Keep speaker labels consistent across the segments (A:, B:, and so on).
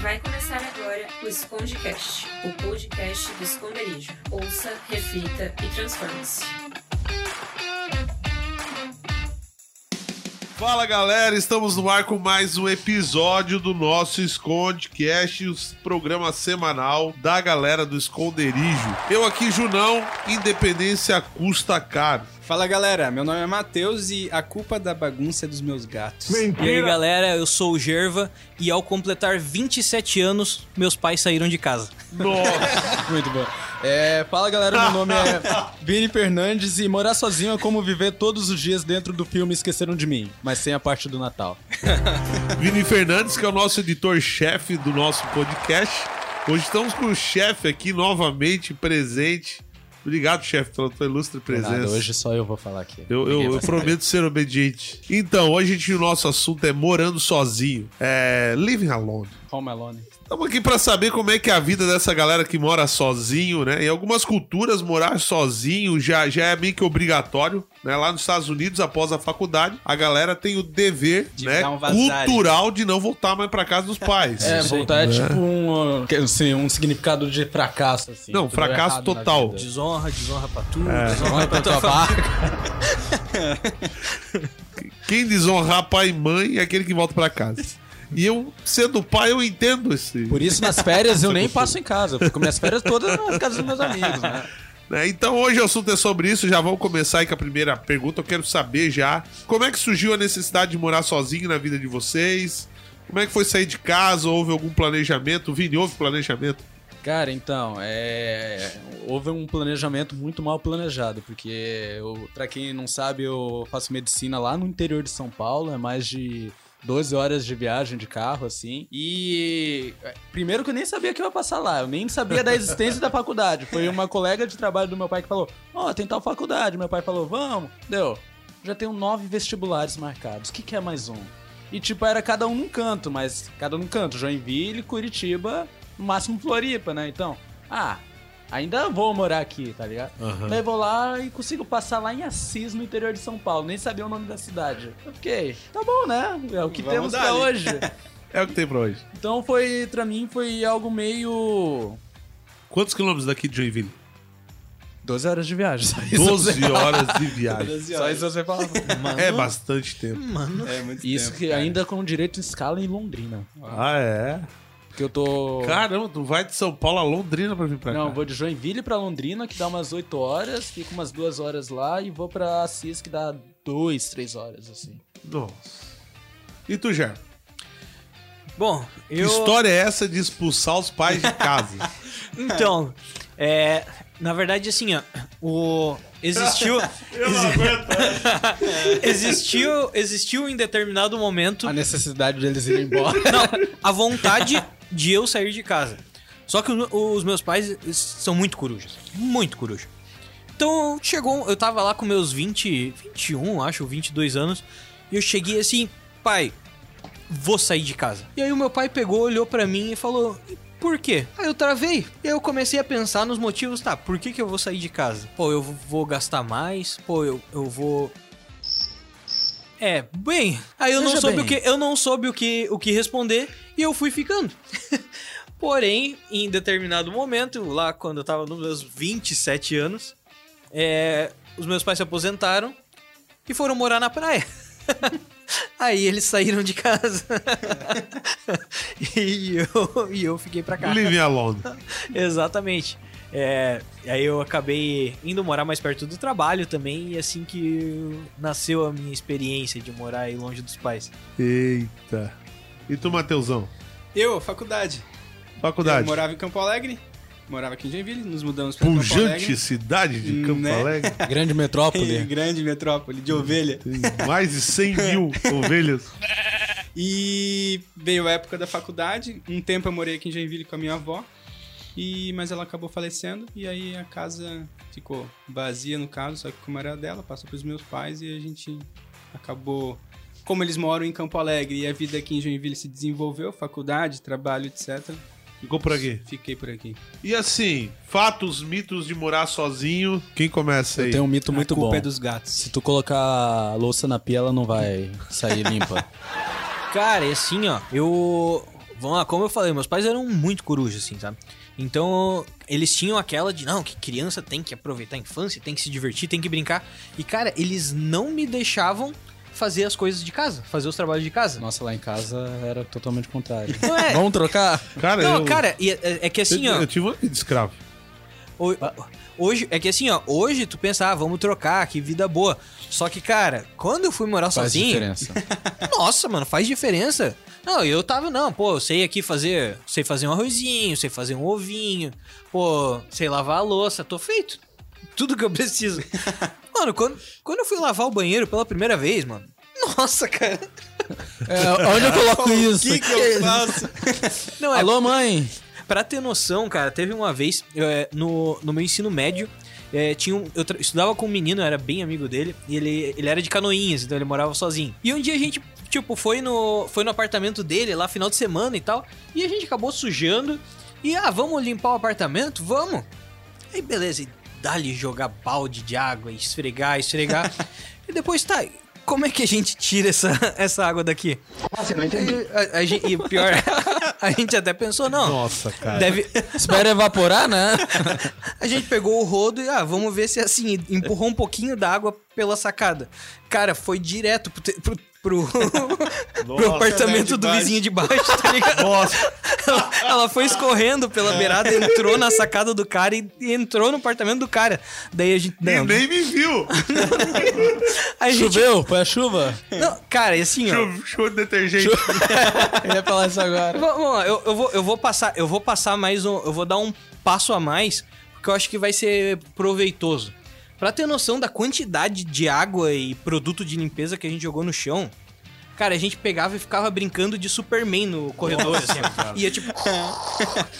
A: Vai começar agora o EscondeCast, o podcast do esconderijo. Ouça, reflita e transforme-se.
B: Fala galera, estamos no ar com mais um episódio do nosso Escondecast, o programa semanal da galera do esconderijo. Eu aqui, Junão, independência custa caro.
C: Fala galera, meu nome é Matheus e a culpa da bagunça é dos meus gatos.
D: E aí galera, eu sou o Gerva e ao completar 27 anos, meus pais saíram de casa.
B: Nossa,
C: Muito bom. É, fala galera, meu nome é Vini Fernandes e morar sozinho é como viver todos os dias dentro do filme Esqueceram de Mim, mas sem a parte do Natal.
B: Vini Fernandes, que é o nosso editor-chefe do nosso podcast. Hoje estamos com o chefe aqui novamente presente. Obrigado, chefe, pela tua ilustre presença.
C: Nada, hoje só eu vou falar aqui.
B: é. Eu, eu-
C: Ninguém
B: eu
C: vai saber.
B: prometo ser obediente. Então, hoje gente, o nosso assunto é morando sozinho. É. Living alone.
C: Home Alone.
B: Estamos aqui para saber como é que é a vida dessa galera que mora sozinho, né? Em algumas culturas, morar sozinho já, já é meio que obrigatório, né? Lá nos Estados Unidos, após a faculdade, a galera tem o dever,
C: De
B: né,
C: dar um vazare.
B: cultural de não voltar mais para casa dos pais.
C: É,
D: Isso aí.
C: voltar é tipo um, que- assim, um significado de fracasso. Assim,
B: Não,
C: tudo
B: fracasso
C: errado na
B: total. É.
C: vida.
D: Desonra, desonra pra tu,
C: Vai pra
D: desonra pra
C: tua
D: tua família.
C: barca.
B: Quem desonrar pai e mãe é aquele que volta para casa. E eu, sendo pai, eu entendo esse.
C: Por isso, nas férias, eu nem passo em casa. Eu fico minhas férias todas nas casas dos meus amigos, né?
B: né? Então hoje o assunto é sobre isso. Já vamos começar aí com a primeira pergunta. Eu quero saber já como é que surgiu a necessidade de morar sozinho na vida de vocês. Como é que foi sair de casa? Houve algum planejamento? Vini, houve planejamento?
C: Cara, então, é... houve um planejamento muito mal planejado, porque, eu, pra quem não sabe, eu faço medicina lá no interior de São Paulo, é mais de 12 horas de viagem de carro, assim. E é, primeiro que eu nem sabia que eu ia passar lá, eu nem sabia da existência da faculdade. Foi uma colega de trabalho do meu pai que falou: Ó, tem tal faculdade. Meu pai falou: Vamos, deu. Já tenho nove vestibulares marcados, o que, que é mais um? E tipo, era cada um num canto, mas cada um num canto, Joinville, Curitiba, no máximo Floripa, né? Então, ah, ainda vou morar aqui, tá ligado? Daí vou lá e consigo passar lá em Assis, no interior de São Paulo, nem sabia o nome da cidade. Ok, tá bom, né? É o que
D: Vamos
C: temos pra
D: dali.
C: hoje.
B: É o que tem pra hoje.
C: Então foi, pra mim, foi algo meio...
B: Quantos quilômetros daqui de Joinville?
C: 12 horas de viagem, só isso.
B: 12 horas de viagem.
C: Só isso você fala.
D: Mano,
B: É bastante tempo.
D: mano.
C: Isso que ainda com direito em escala em Londrina.
B: Ah, é?
C: Porque eu tô...
B: Caramba, tu vai de São Paulo a Londrina pra vir pra
C: Não,
B: cá.
C: vou de Joinville pra Londrina, que dá umas 8 horas, fico umas 2 horas lá e vou pra Assis, que dá 2, 3 horas, assim.
B: Nossa. E tu, Ger?
D: Bom,
B: Que
D: eu...
B: história é essa de expulsar os pais de casa?
D: Então, é... Na verdade, assim, ó, o... Existiu...
B: Eu não aguento.
D: existiu... Existiu em determinado momento...
C: A necessidade deles irem embora.
D: Não, a vontade de eu sair de casa. Só que o- os meus pais são muito corujas. Muito coruja. Então chegou, eu tava lá com meus 20, 21, acho, 22 anos, e eu cheguei assim, pai, vou sair de casa. E aí o meu pai pegou, olhou pra mim e falou: "E "Por quê?" Aí eu travei. E aí eu comecei a pensar nos motivos, tá? Por que que eu vou sair de casa? Pô, eu vou gastar mais, pô, eu, eu vou é, bem. Aí eu não
C: Seja
D: soube
C: bem.
D: o que eu não soube o que o que responder e eu fui ficando. Porém, em determinado momento, lá quando eu tava nos meus 27 anos, é, os meus pais se aposentaram e foram morar na praia. Aí eles saíram de casa. e, eu, e eu fiquei pra cá.
B: Living alone.
D: Exatamente. É, aí eu acabei indo morar mais perto do trabalho também, e assim que nasceu a minha experiência de morar aí longe dos pais.
B: Eita. E tu, Mateusão?
E: Eu, faculdade. Eu
B: Faculdade.
E: morava em Campo Alegre, morava aqui em Joinville, nos mudamos pra Campo
B: Pujante
E: Alegre.
B: cidade de Campo
E: Né?
B: Alegre.
C: Grande
E: Ei,
C: metrópole.
E: grande metrópole de ovelha.
B: Tem mais de 100 mil ovelhas.
E: E veio a época da faculdade. Um tempo eu morei aqui em Joinville com a minha avó, e mas ela acabou falecendo. E aí a casa ficou vazia, no caso, só que como era dela, passou pros meus pais e a gente acabou. Como eles moram em Campo Alegre e a vida aqui em Joinville se desenvolveu, faculdade, trabalho, etc.
B: Ficou por aqui.
E: Fiquei por aqui.
B: E assim, fatos, mitos de morar sozinho. Quem começa
C: Eu
B: aí?
C: tenho um mito muito
E: a culpa
C: bom.
E: é dos gatos.
C: Se tu colocar a louça na pia, ela não vai sair limpa.
D: Cara, e assim, ó, eu. Vamos lá, como eu falei, meus pais eram muito corujas, assim, sabe? Então, eles tinham aquela de, não, que criança tem que aproveitar a infância, tem que se divertir, tem que brincar. E, cara, eles não me deixavam fazer as coisas de casa, fazer os trabalhos de casa.
C: Nossa, lá em casa era totalmente o contrário.
D: Não é?
C: Vamos trocar?
B: Cara,
D: Não,
B: eu,
D: cara, e é, é que assim,
B: eu,
D: ó.
B: eu tive uma vida de escravo.
D: Ho- Hoje, é que assim, ó, hoje tu pensa, ah, vamos trocar, que vida boa. Só que, cara, quando eu fui morar
C: Faz
D: sozinho,
C: diferença.
D: nossa, mano, faz diferença. Não, eu tava, não, pô, eu sei aqui fazer, sei fazer um arrozinho, sei fazer um ovinho, pô, sei lavar a louça, tô feito. Tudo que eu preciso. mano, quando, quando eu fui lavar o banheiro pela primeira vez, mano, nossa, cara.
C: É, onde eu coloco isso?
E: que, que eu faço?
D: Não, é
C: Alô, mãe?
D: Pra ter noção, cara, teve uma vez é, no, no meu ensino médio. é, tinha um- eu tra- estudava com um menino, eu era bem amigo dele, e ele, ele era de canoinhas, então ele morava sozinho. E um dia a gente, tipo, foi no, foi no apartamento dele lá final de semana e tal, e a gente acabou sujando. E ah, vamos limpar o apartamento? Vamos! Aí beleza, e dá-lhe jogar balde de água, e esfregar, esfregar. e depois tá. Como é que a gente tira essa, essa água daqui? E, a- a gente- e pior, a gente até pensou, não.
B: Nossa, cara.
D: Deve...
C: Espera evaporar, né?
D: A gente pegou o rodo e, ah, vamos ver se é assim, e empurrou um pouquinho da água pela sacada. Cara, foi direto pro, te- pro, pro- pro
B: Nossa,
E: né,
D: apartamento
E: de
D: do
E: baixo.
D: vizinho de baixo, tá ligado?
B: Nossa,
D: Ela, ela foi escorrendo pela beirada, entrou na sacada do cara e, e entrou no apartamento do cara. Daí a gente.
B: e
D: Não,
B: nem me viu.
D: a gente
C: Choveu? Foi a chuva?
D: não, cara, e assim, ó.
B: Show, show de detergente.
C: Eu ia falar isso agora.
D: Vamos vamos lá, eu, eu vou, eu vou passar, eu vou passar mais um, eu vou dar um passo a mais, porque eu acho que vai ser proveitoso. Pra ter noção da quantidade de água e produto de limpeza que a gente jogou no chão, cara, a gente pegava e ficava brincando de Superman no corredor, assim, ó. ia tipo,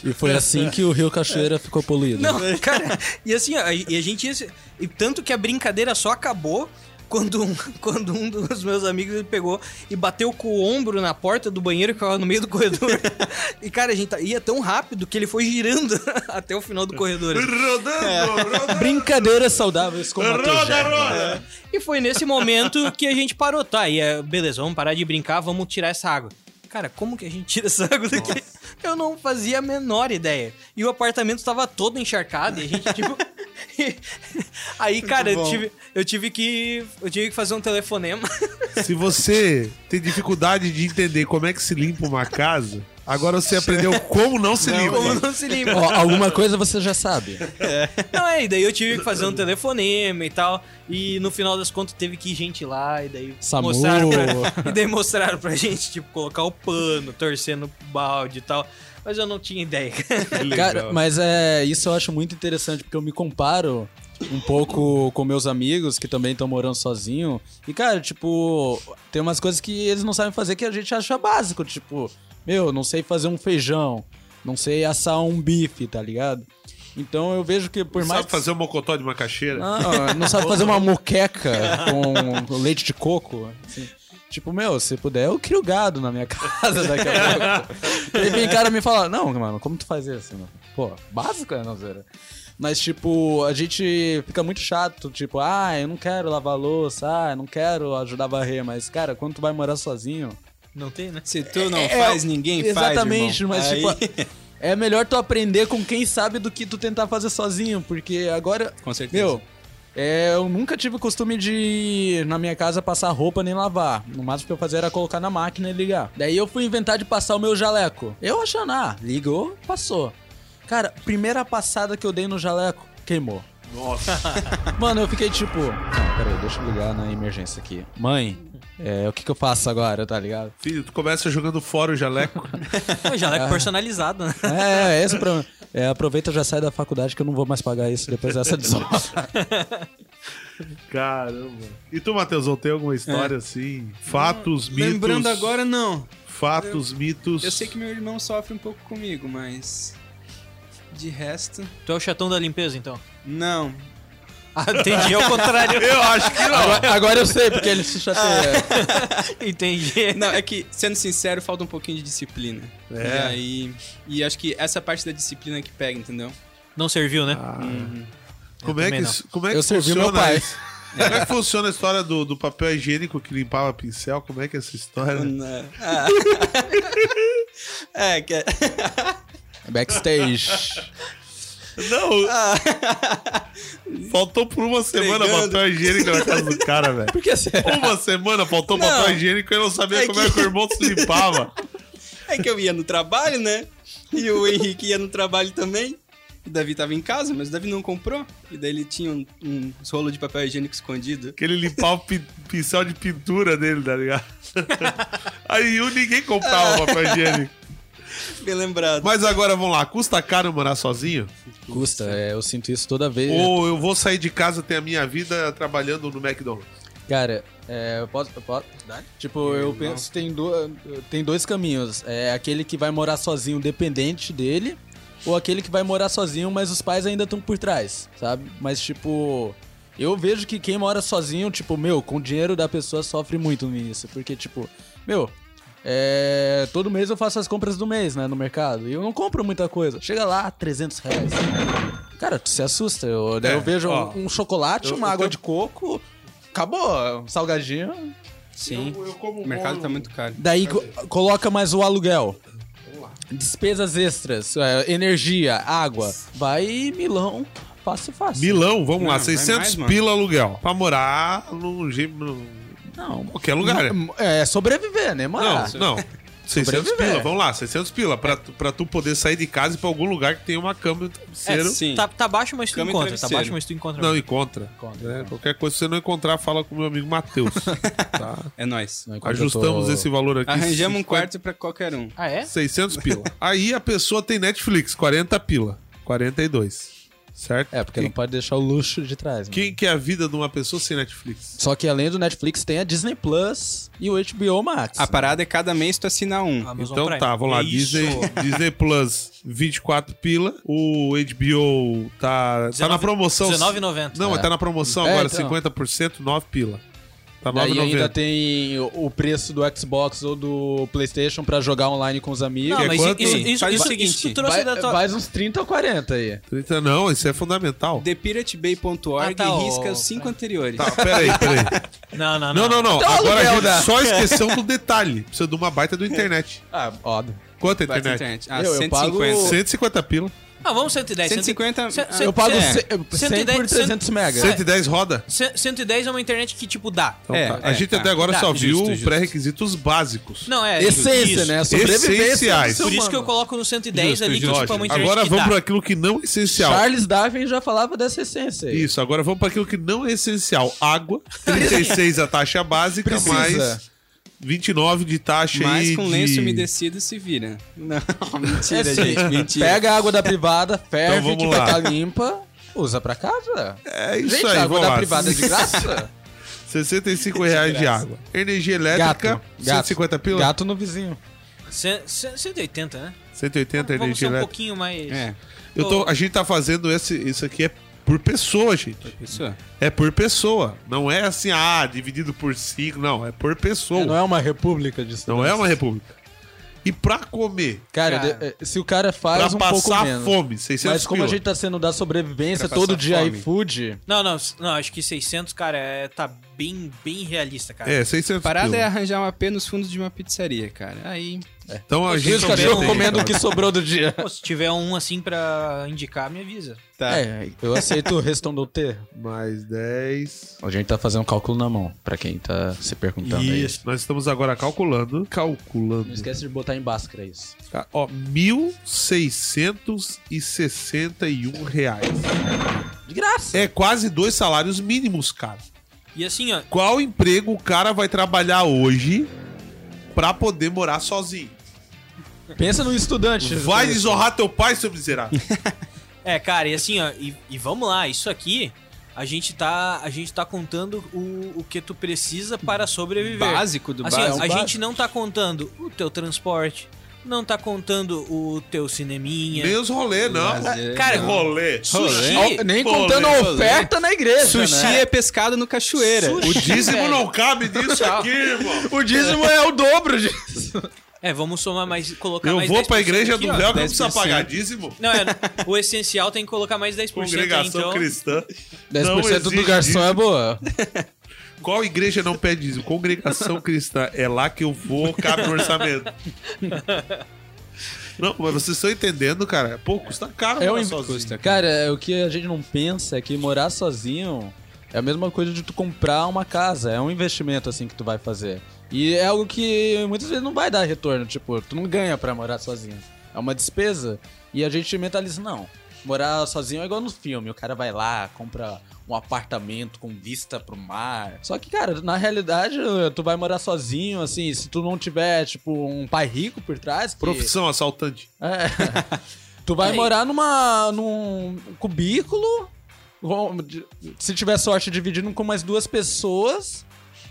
C: E foi assim que o Rio Cachoeira ficou poluído.
D: não, cara, e assim, ó, e a gente ia, se- e tanto que a brincadeira só acabou quando um, quando um dos meus amigos ele pegou e bateu com o ombro na porta do banheiro que tava no meio do corredor. E cara, a gente tá- ia tão rápido que ele foi girando até o final do corredor. assim.
B: Rodando, rodando.
C: Brincadeiras saudáveis com o Matheus
B: Roda,
C: Jackman.
B: roda.
D: E foi nesse momento que a gente parou, tá? E é, beleza, vamos parar de brincar, vamos tirar essa água. Cara, como que a gente tira essa água daqui? Eu não fazia a menor ideia. E o apartamento estava todo encharcado e a gente, tipo. Aí, cara, eu
E: bom.
D: tive, eu tive que. Eu tive que fazer um telefonema.
B: Se você tem dificuldade de entender como é que se limpa uma casa, agora você aprendeu como não se limpa.
D: Como não se limpa.
C: Ó, alguma coisa você já sabe.
D: Não, é, e daí eu tive que fazer um telefonema e tal. E no final das contas teve que ir gente lá, e daí
C: Samu.
D: mostraram pra, e daí mostraram pra gente, tipo, colocar o pano, torcendo o balde e tal. Mas eu não tinha ideia.
C: Cara, mas é isso eu acho muito interessante, porque eu me comparo um pouco com meus amigos que também estão morando sozinho. E, cara, tipo, tem umas coisas que eles não sabem fazer que a gente acha básico. Tipo, meu, não sei fazer um feijão, não sei assar um bife, tá ligado? Então eu vejo que Ah. por
B: Sabe
C: mais.
B: fazer um mocotó de macaxeira?
C: Não, não sabe fazer uma moqueca com leite de coco. assim. Tipo, meu, se puder, eu crio gado na minha casa daqui a pouco. Aí vem um cara me fala, não, mano, como tu faz isso? mano? Pô, básico é não zero. Mas, tipo, a gente fica muito chato, tipo, ah, eu não quero lavar louça, ah, eu não quero ajudar a varrer, mas, cara, quando tu vai morar sozinho,
D: Não tem, né?
E: Se tu não
C: é,
E: faz, ninguém faz.
C: Exatamente,
E: irmão.
C: mas
E: Aí-
C: tipo. É melhor tu aprender com quem sabe do que tu tentar fazer sozinho, porque agora.
E: Com certeza.
C: Meu, é, eu nunca tive o costume de, na minha casa, passar roupa nem lavar. No máximo que eu fazia era colocar na máquina e ligar. Daí eu fui inventar de passar o meu jaleco. Eu achando, ah, ligou, passou. Cara, primeira passada que eu dei no jaleco, queimou. Nossa. Mano, eu fiquei tipo. Não, peraí, deixa eu ligar na emergência aqui. Mãe, é, o que, que eu faço agora, tá ligado?
B: Filho, tu começa jogando fora o jaleco.
D: É, jaleco personalizado, né?
C: É, é esse o problema. É, aproveita já sai da faculdade que eu não vou mais pagar isso depois dessa desonra.
B: Caramba. E tu, Matheusão, tem alguma história assim? Fatos, mitos.
E: Lembrando agora, não.
B: Fatos, mitos.
E: Eu sei que meu irmão sofre um pouco comigo, mas. De resto.
D: Tu é o chatão da limpeza, então.
E: Não.
D: Ah, entendi, ao contrário.
B: Eu acho que não.
C: Agora, agora eu sei, porque ele se chateia.
D: Entendi.
E: Não, é que, sendo sincero, falta um pouquinho de disciplina.
B: É.
E: E aí. E acho que essa parte da disciplina é que
C: É.
E: pega, entendeu?
D: Não serviu, né?
B: Como é,
D: também
B: que,
D: não.
B: como é que
C: Eu servi
B: funciona
C: meu pai.
B: isso? Como é que funciona a história do, do papel higiênico que limpava pincel? Como é que é essa
E: Hum.
B: história?
F: Não.
E: né?
F: Ah. é, que...
C: Backstage.
B: Não, faltou por uma semana
F: Entregando.
B: papel higiênico na casa do cara, velho.
C: Por que será?
B: Uma semana faltou
F: Não.
B: papel higiênico e eu não sabia
F: É
B: como
F: que-
B: é que o irmão se limpava.
F: é que eu ia no trabalho, né? E o Henrique ia no trabalho também.
E: O Davi tava em casa, mas o Davi não comprou. E daí ele tinha um, um rolo de papel higiênico escondido.
B: Que ele limpava o pin- pincel de pintura dele, tá ligado? Aí eu, ninguém comprava papel higiênico.
F: Bem lembrado.
B: Mas agora, vamos lá. Custa caro morar sozinho?
C: Custa, é, eu sinto isso toda vez.
B: Ou eu vou sair de casa, ter a minha vida trabalhando no McDonald's?
C: Cara, é, eu posso. Eu posso Tipo, eu penso que tem, do, tem dois caminhos. É aquele que vai morar sozinho, dependente dele, ou aquele que vai morar sozinho, mas os pais ainda estão por trás, sabe? Mas, tipo. Eu vejo que quem mora sozinho, tipo, meu, com o dinheiro da pessoa sofre muito nisso. Porque, tipo, meu, é, todo mês eu faço as compras do mês, né, no mercado. E eu não compro muita coisa. Chega lá, 300 reais. Cara, tu se assusta. Eu, daí
B: É,
C: eu vejo
B: ó,
C: um, um chocolate,
B: eu-
C: uma
B: eu
C: água
B: tenho-
C: de coco. Acabou, um salgadinho.
E: Sim.
B: Eu, eu como
E: Hum. O mercado tá muito caro.
C: Daí co- coloca mais o aluguel. Despesas extras, é, energia, água. Vai Milão, fácil, fácil.
B: Milão, vamos lá,
E: Não, vai
B: 600
E: mais, mano.
B: pila aluguel. Pra morar num, gi- num
C: Não,
B: qualquer lugar. né?
C: é sobreviver, né, mano?
E: Ah.
B: Não, não. 600
C: Sobreviver.
B: pila, vamos lá, 600 pila. Pra, tu- pra tu poder sair de casa e ir pra algum lugar que tenha uma cama e um travesseiro.
E: É, Sim.
D: Tá, tá baixo, mas tu
E: Cama e
D: encontra. Tá
E: travesseiro.
D: baixo, mas tu encontra.
B: Não, encontra. né? Qualquer coisa, se você não encontrar, fala com o meu amigo Matheus. tá?
E: É nóis.
C: Não, enquanto eu tô-
B: Ajustamos esse valor aqui.
E: Arranjamos um
B: 50,
E: quarto pra qualquer um.
D: Ah, é?
B: 600 pila. Aí a pessoa tem Netflix, 40 pila. 42. Certo?
C: É, porque
B: quem,
C: não pode deixar o luxo de trás. né?
B: quem que é a vida de uma pessoa sem Netflix?
C: Só que além do Netflix tem a Disney Plus e o HBO Max.
E: A parada é cada mês tu assinar um.
D: Amazon
B: Então
D: Prime. É
B: tá, vamos lá.
D: Isso.
B: Disney, Disney Plus, 24 pila. O HBO tá, tá na
D: 19
B: promoção.
D: 19,90.
B: Não, mas
C: É.
B: tá na promoção
C: É,
B: agora,
C: então.
B: 50%, 9 pila. Tá
C: Daí ainda
B: 9,90.
C: tem o preço do Xbox ou do PlayStation pra jogar online com os amigos.
D: Não,
B: Que é
D: mas
B: quanto?
D: isso, isso,
E: Faz o
D: isso,
E: seguinte,
D: isso tu trouxe
C: Vai,
D: da tua.
C: Faz uns 30 ou 40 aí.
B: 30 não, isso é fundamental.
E: ThePirateBay.org
D: Ah, tá,
E: e risca
D: ó,
E: os cinco anteriores.
B: Tá, peraí, peraí.
D: Não,
B: Não,
D: não, não.
B: não, não.
C: Então,
B: Agora a
C: Zelda.
B: gente só esqueceu do detalhe. Precisa de uma baita do internet.
C: Ah, óbvio.
B: Quanto é a
E: Vai pra
B: internet?
E: internet. Ah,
C: Eu- eu pago-
E: 150.
B: 150 pila.
D: Ah, vamos 110.
E: 150.
D: cento-
E: ah,
D: cento-
C: Eu pago
E: é.
C: ce- 100 por
D: 110,
C: 300
D: É.
C: megas.
B: 110 roda.
D: 100, 110 é uma internet que, tipo, dá.
B: Então
E: É,
B: tá.
E: é,
B: a gente
E: tá.
B: até agora
D: Tá,
B: só
E: justo,
B: viu
E: justo.
B: pré-requisitos básicos.
D: Não, é.
C: Essência,
D: isso.
C: né? A Sobrevivência.
B: Essenciais.
C: do ser
D: Por isso
C: humano.
D: que eu coloco no 110
B: Justo,
D: ali, que,
B: justo.
D: tipo, é uma internet
B: Agora
D: que
B: vamos
D: dá.
B: para aquilo que não é essencial.
C: Charles Darwin já falava dessa essência aí.
B: Isso, agora vamos para aquilo que não é essencial. Água, 36 a taxa básica,
C: Precisa.
B: mais 29 de taxa aí
E: Mas com lenço
B: de...
E: umedecido se vira. Não, mentira,
C: Assim,
E: gente. Mentira.
C: Pega a água da privada, ferve,
B: Então vamos
C: que vai
B: lá.
C: estar limpa, usa pra casa.
B: É isso
C: Gente,
B: aí,
C: a água
B: vamos
C: da
B: lá.
C: privada é de graça?
B: 65 reais É de água. Energia elétrica, 150 pila?
C: Gato no vizinho.
D: Cen- cen- 180, né?
B: 180
D: Vamos ser
B: energia
D: um
B: elétrica.
D: pouquinho mais.
E: É,
B: Eu tô, a gente tá fazendo esse, isso aqui é por pessoa, gente.
E: isso.
B: É por pessoa. Não é assim, ah, dividido por 5. Não, é por pessoa.
C: Não é uma república disso.
B: Não é uma república. E pra comer,
C: Cara,
D: Cara.
C: de- eh, se o cara faz
B: pra
C: um pouco
B: passar
C: menos...
B: fome, 600
C: Mas como
B: pila.
C: a gente tá sendo da sobrevivência
E: Pra
C: todo
E: passar
C: dia
E: fome.
C: iFood,
D: Não, não, s- não, acho que 600, cara, é, tá bem, bem realista, cara.
B: É, 600
E: Parada
B: pila.
E: é arranjar um AP nos fundos de uma pizzaria, cara. Aí.
B: Então a
C: e
B: gente
C: é os
B: também
C: cachorros
B: tem,
C: comendo o
B: cara.
C: que sobrou do dia.
D: Pô, se tiver um assim pra indicar, me avisa.
E: Tá.
C: É, eu aceito o restão T.
B: Mais 10.
C: A gente tá fazendo um cálculo na mão, pra quem tá se perguntando aí.
B: Isso. Nós estamos agora calculando.
C: Não
B: Calculando.
C: esquece de botar em Bhaskara isso.
B: Tá, Ó, 1.661 reais.
C: De graça.
B: É quase dois salários mínimos, cara.
D: E assim, ó,
B: Qual emprego o cara vai trabalhar hoje pra poder morar sozinho?
C: Pensa no estudante.
B: Vai desonrar teu pai, seu miserável.
D: é, cara, e assim, ó, e, e vamos lá, isso aqui, a gente tá, a gente tá contando o, o que tu precisa para sobreviver.
E: Básico do
D: assim, ó,
E: básico.
D: a gente não tá contando o teu transporte, não tá contando o teu cineminha.
B: Meus rolê, não. É,
E: Mas,
D: cara,
E: não.
B: Rolê.
D: Sushi,
C: Ó, Nem contando
B: né?
C: a oferta na igreja.
E: Sushi
C: né?
E: é pescado no cachoeira.
B: é O dízimo não cabe nisso aqui, irmão.
C: O dízimo é o dobro de.
D: É, vamos somar mais, colocar
B: Eu
D: mais
B: vou pra
D: 10%
B: igreja
D: aqui,
B: do
D: ó.
B: véu que eu preciso
E: 10%.
B: pagar dízimo.
D: Não, é, o essencial tem que colocar mais 10% aí,
B: Congregação
D: então.
B: cristã.
C: 10% do
B: existe
C: garçom é
B: dízimo.
C: boa.
B: Qual igreja não pede dízimo? Congregação cristã. É lá que eu vou, cabe no orçamento. Não, mas vocês estão entendendo, cara. Pô, custa caro
C: É
B: morar
C: um
B: sozinho.
C: custa. Cara, é, o que a gente não pensa é que morar sozinho é a mesma coisa de tu comprar uma casa. É um investimento assim que tu vai fazer. E é algo que muitas vezes não vai dar retorno. Tipo, tu não ganha pra morar sozinho. É uma despesa. E a gente mentaliza, não. Morar sozinho é igual no filme. O cara vai lá, compra um apartamento com vista pro mar. Só que, cara, na realidade, tu vai morar sozinho, assim, se tu não tiver, tipo, um pai rico por trás. que-
B: Profissão assaltante.
C: é. Tu vai
D: Aí.
C: morar numa, num cubículo. vão- de- Se tiver sorte, dividindo com mais duas pessoas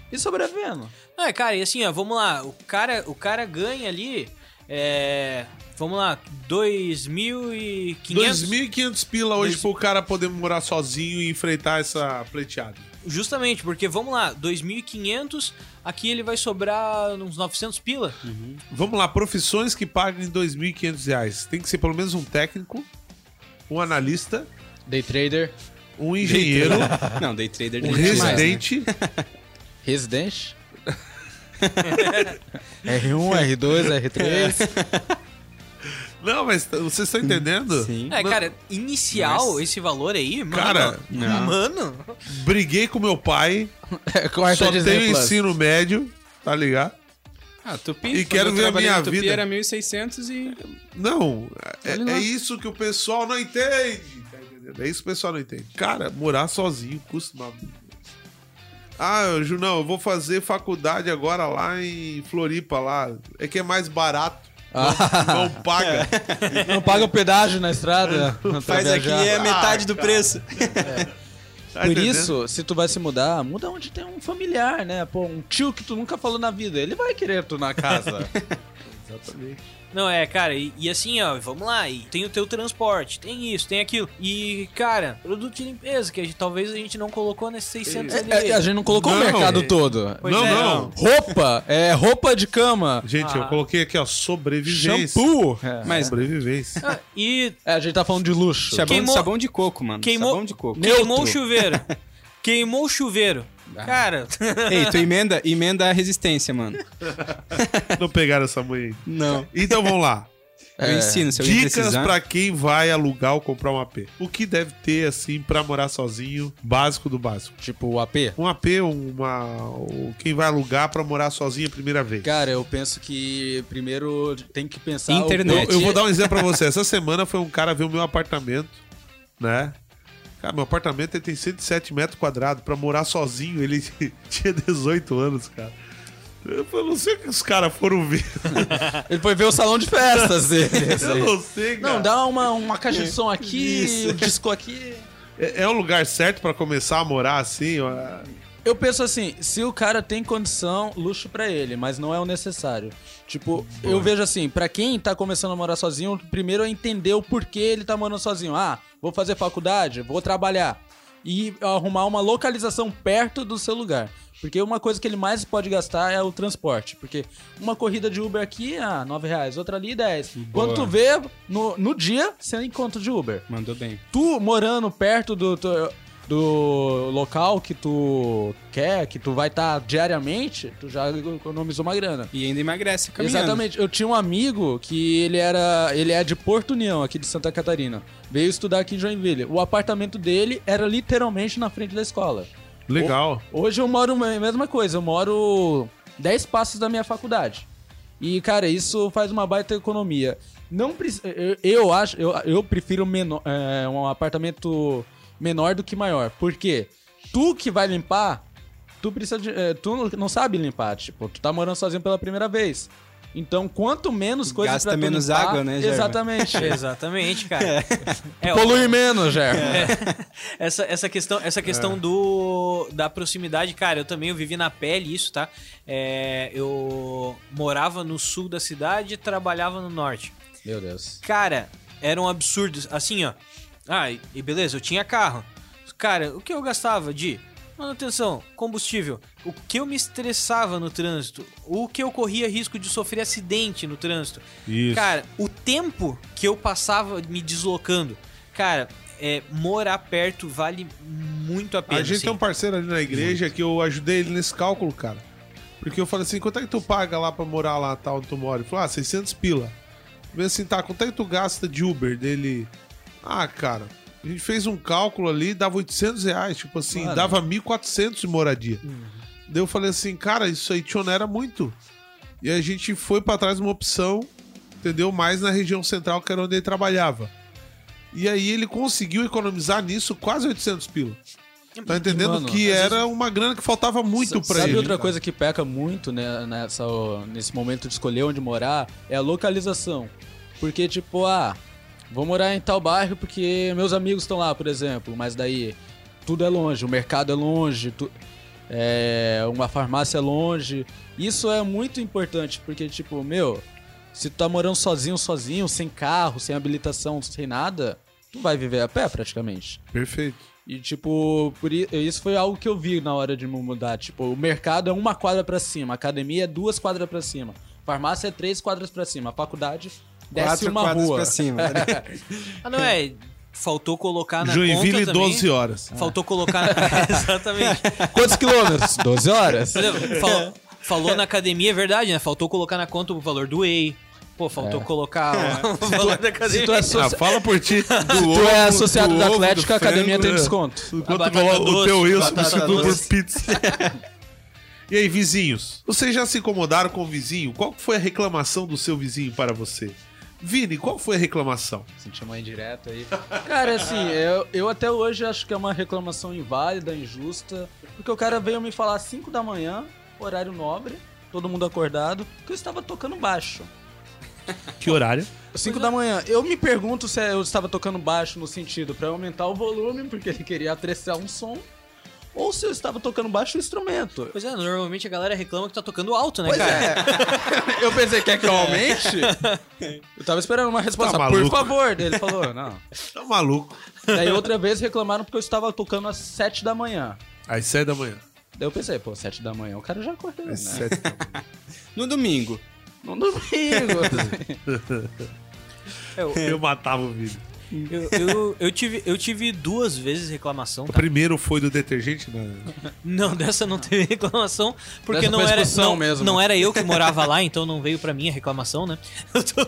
C: e sobrevivendo.
D: Não, é, cara, e assim, ó, vamos lá. O cara, o cara ganha ali. É. Vamos lá, 2.500.
B: 2.500 pila hoje
D: Dois-
B: pro cara poder morar sozinho e enfrentar essa pleiteada.
D: Justamente, porque vamos lá, 2.500. Aqui ele vai sobrar uns 900 pila.
B: Vamos lá, profissões que pagam em 2.500 reais. Tem que ser pelo menos um técnico, um analista,
C: Day trader.
B: um engenheiro,
E: Não, day trader
B: um
E: tem que ser mais, é né?
B: residente.
C: Residente. R1, R2, R3.
B: Não, mas t- vocês estão entendendo?
E: Sim.
C: Uhum.
D: É,
B: Não.
D: cara, inicial esse valor aí, mano.
B: Cara,
E: Não.
D: mano.
B: Briguei com meu pai,
C: Quarta
B: só
C: de
B: tenho
C: exemplo.
B: ensino médio, tá ligado?
E: Ah, Tupi.
B: E
E: quando
B: quero
E: eu
B: ver a
E: trabalhei
B: minha
E: na Tupi
B: vida.
E: era 1.600 e...
B: Não, é,
C: Olha lá.
B: é isso que o pessoal não entende. tá entendendo? É isso que o pessoal não entende. Cara, morar sozinho custa uma... Ah, Junão, eu vou fazer faculdade agora lá em Floripa, lá. É que é mais barato. Não, não paga. Tá
C: Não paga o pedágio na estrada. pra
F: Faz aqui
C: viajar. Ah.
F: é metade do
B: cara.
F: preço.
B: Tá
C: Por
B: entendendo?
C: isso, se tu vai se mudar, muda onde tem um familiar, né? Pô, um tio que tu nunca falou na vida. Ele vai querer tu na casa.
D: Não, é, cara, e, e assim, ó, vamos lá, e tem o teu transporte, tem isso, tem aquilo. E, cara, produto de limpeza, que a gente- talvez a gente não colocou nesses 600 ali.
C: É, é, a gente não colocou
B: Não.
C: o mercado todo.
D: Pois
B: não,
D: é,
B: não.
C: Roupa, é roupa de cama,
B: Gente, eu
D: Ah.
B: coloquei aqui, ó, sobrevivência. É.
C: shampoo.
E: Mas
B: Sobrevivência.
D: Ah, E
C: É, a gente tá falando de luxo.
E: sabão,
D: Queimou-
E: sabão de coco, mano.
D: Queimou-
E: Sabão de coco.
D: queimou o chuveiro. queimou o chuveiro.
C: Ah.
D: Cara,
E: Ei, tu emenda, emenda a resistência, mano.
B: não pegaram essa mãe aí.
E: Não.
B: Então vamos lá.
E: Eu
D: É.
E: ensino, se eu
B: Dicas
E: precisar.
B: pra quem vai alugar ou comprar um AP. O que deve ter, assim, pra morar sozinho? Básico do básico.
C: Tipo o AP.
B: Um AP, uma. ou Quem vai alugar pra morar sozinho a primeira vez.
C: Cara, eu penso que primeiro tem que pensar...
E: Internet.
B: Eu, eu vou dar um exemplo pra você. Essa semana foi um cara ver o meu apartamento, né? Cara, meu apartamento ele tem 107 metros quadrados. Pra morar sozinho, ele tinha 18 anos, cara. Eu eu não sei o que os caras foram ver.
C: Ele foi ver o salão de festas dele.
B: Eu não sei, cara.
C: Não, dá uma, uma caixa de som aqui, um disco aqui...
B: É, é o lugar certo pra começar a morar assim? ó?
C: Eu penso assim, se o cara tem condição, luxo pra ele, mas não é o necessário. Tipo, eu vejo assim, pra quem tá começando a morar sozinho, primeiro é entender o porquê ele tá morando sozinho. Ah, vou fazer faculdade, vou trabalhar e arrumar uma localização perto do seu lugar. Porque uma coisa que ele mais pode gastar é o transporte. Porque uma corrida de Uber aqui, ah, 9 reais. Outra ali, 10. Quando tu vê, no, no dia, você encontra de Uber
E: Mandou bem.
C: tu morando perto do, teu- do local que tu quer, que tu vai estar diariamente, tu já economizou uma grana.
E: E ainda emagrece caminhando.
C: Exatamente. Eu tinha um amigo que ele era. Ele é de Porto União, aqui de Santa Catarina. Veio estudar aqui em Joinville. O apartamento dele era literalmente na frente da escola.
B: Legal.
C: Hoje eu moro a mesma coisa, eu moro 10 passos da minha faculdade. E, cara, isso faz uma baita economia. Não preci- eu, eu acho, eu, eu prefiro menor, é, um apartamento menor do que maior. Por quê? Tu que vai limpar, tu precisa de, é, tu não- não sabe limpar, tipo, tu tá morando sozinho pela primeira vez. Então, quanto menos coisas
E: Gasta
C: pra tu
E: menos
C: limpar-
E: água, né, Gerva?
C: Exatamente.
D: exatamente, cara. É, ó,
C: Polui menos, Germa.
D: É. essa, essa questão, essa
C: É.
D: questão do da proximidade, cara, eu também eu vivi na pele isso, tá? É, eu morava no sul da cidade e trabalhava no norte.
C: Meu Deus.
D: Cara, um eram absurdos. Assim, ó. Ah, e e beleza, eu tinha carro. Cara, o que eu gastava de Manutenção, combustível. O que eu me estressava no trânsito, o que eu corria risco de sofrer acidente no trânsito.
G: Isso.
D: Cara, o tempo que eu passava me deslocando, cara, é, morar perto vale muito a pena.
B: A gente
D: assim.
B: tem um parceiro ali na igreja que eu ajudei ele nesse cálculo, cara. Porque eu falei assim, quanto é que tu paga lá pra morar lá, tal, onde tu mora? Ele falou, ah, 600 pila. Eu falei assim, tá, quanto é que tu gasta de Uber dele? Ah, cara, a gente fez um cálculo ali, dava 800 reais, tipo assim,
C: Claro.
B: dava 1.400 de moradia. Daí eu falei assim, cara, isso aí te onera muito. E a gente foi pra trás de uma opção, entendeu? Mais na região central, que era onde ele trabalhava. E aí ele conseguiu economizar nisso quase 800 pila. Tá entendendo
C: Mano,
B: que
C: às
B: era uma grana que faltava muito
C: Sa-
B: pra
C: Sabe
B: ele.
C: outra
B: cara.
C: coisa que peca muito né, nessa, nesse momento de escolher onde morar? É a localização. Porque, tipo, ah, vou morar em tal bairro porque meus amigos estão lá, por exemplo. Mas daí, tudo é longe, o mercado é longe, tu- é, uma farmácia é longe. Isso é muito importante, porque, tipo, meu, se tu tá morando sozinho, sozinho, sem carro, sem habilitação, sem nada, tu vai viver a pé praticamente.
B: Perfeito.
C: E, tipo, por i- isso foi algo que eu vi na hora de me mudar. Tipo, o mercado é uma quadra pra cima, a academia é duas quadras pra cima, farmácia é três quadras pra cima, a faculdade desce
E: Quatro
C: uma
E: quadras
C: rua.
E: pra cima. tá ligado?
B: um
D: Ah, não é. Faltou
C: Tá
D: colocar na
B: Joinville,
D: conta
B: 12
D: também.
B: horas.
D: Faltou colocar exatamente.
C: Quantos quilômetros? 12 horas.
D: Por exemplo, fal- falou na academia, é verdade, né? Faltou colocar na conta o valor do whey. Pô, faltou colocar
B: É.
D: o, o valor da
C: Se
D: academia.
C: tu é, associ-
B: Ah, fala por ti. Do
C: tu
B: ovo,
C: é associado
B: do
C: da
B: ovo, do
C: Atlética, a academia
B: frango,
C: tem
B: né?
C: desconto.
D: A
B: Enquanto
D: batata
B: coloca o
D: doce,
B: teu eu
D: batata
B: substitui por
D: doce.
B: pizza. e aí, vizinhos? Vocês já se incomodaram com o vizinho? Qual que foi a reclamação do seu vizinho para você? Vini, qual foi a reclamação?
C: Senti uma indireta aí. Cara, assim, eu, eu até hoje acho que é uma reclamação inválida, injusta, porque o cara veio me falar às 5 da manhã, horário nobre, todo mundo acordado, que eu estava tocando baixo.
G: Que horário?
C: 5 da manhã. Eu me pergunto se eu estava tocando baixo no sentido pra aumentar o volume, porque ele queria apreciar um som, ou se eu estava tocando baixo o instrumento.
D: Pois é, normalmente a galera reclama que tá tocando alto, né, cara?
C: é. Eu pensei, quer que eu aumente? Eu tava esperando uma resposta,
G: Tá
C: por
B: maluco?"
C: favor. Daí Ele falou, não.
B: Tá maluco?
C: Daí outra vez reclamaram porque eu estava tocando às 7 da manhã.
B: Às 7 da manhã.
C: Daí eu pensei, pô, 7 da manhã o cara já acordou, né?
B: Às 7 da manhã.
F: No domingo.
C: No domingo.
B: Eu matava o Vini.
D: Eu, eu, eu tive, eu tive duas vezes reclamação.
B: O
D: tá?
B: primeiro foi do detergente, né?
D: Não, dessa não teve reclamação, porque
C: Dessa
D: não
C: foi
D: era,
C: expulsão
D: não,
C: mesmo. né?
D: não era eu que morava lá, então não veio pra mim a reclamação, né? Eu tô,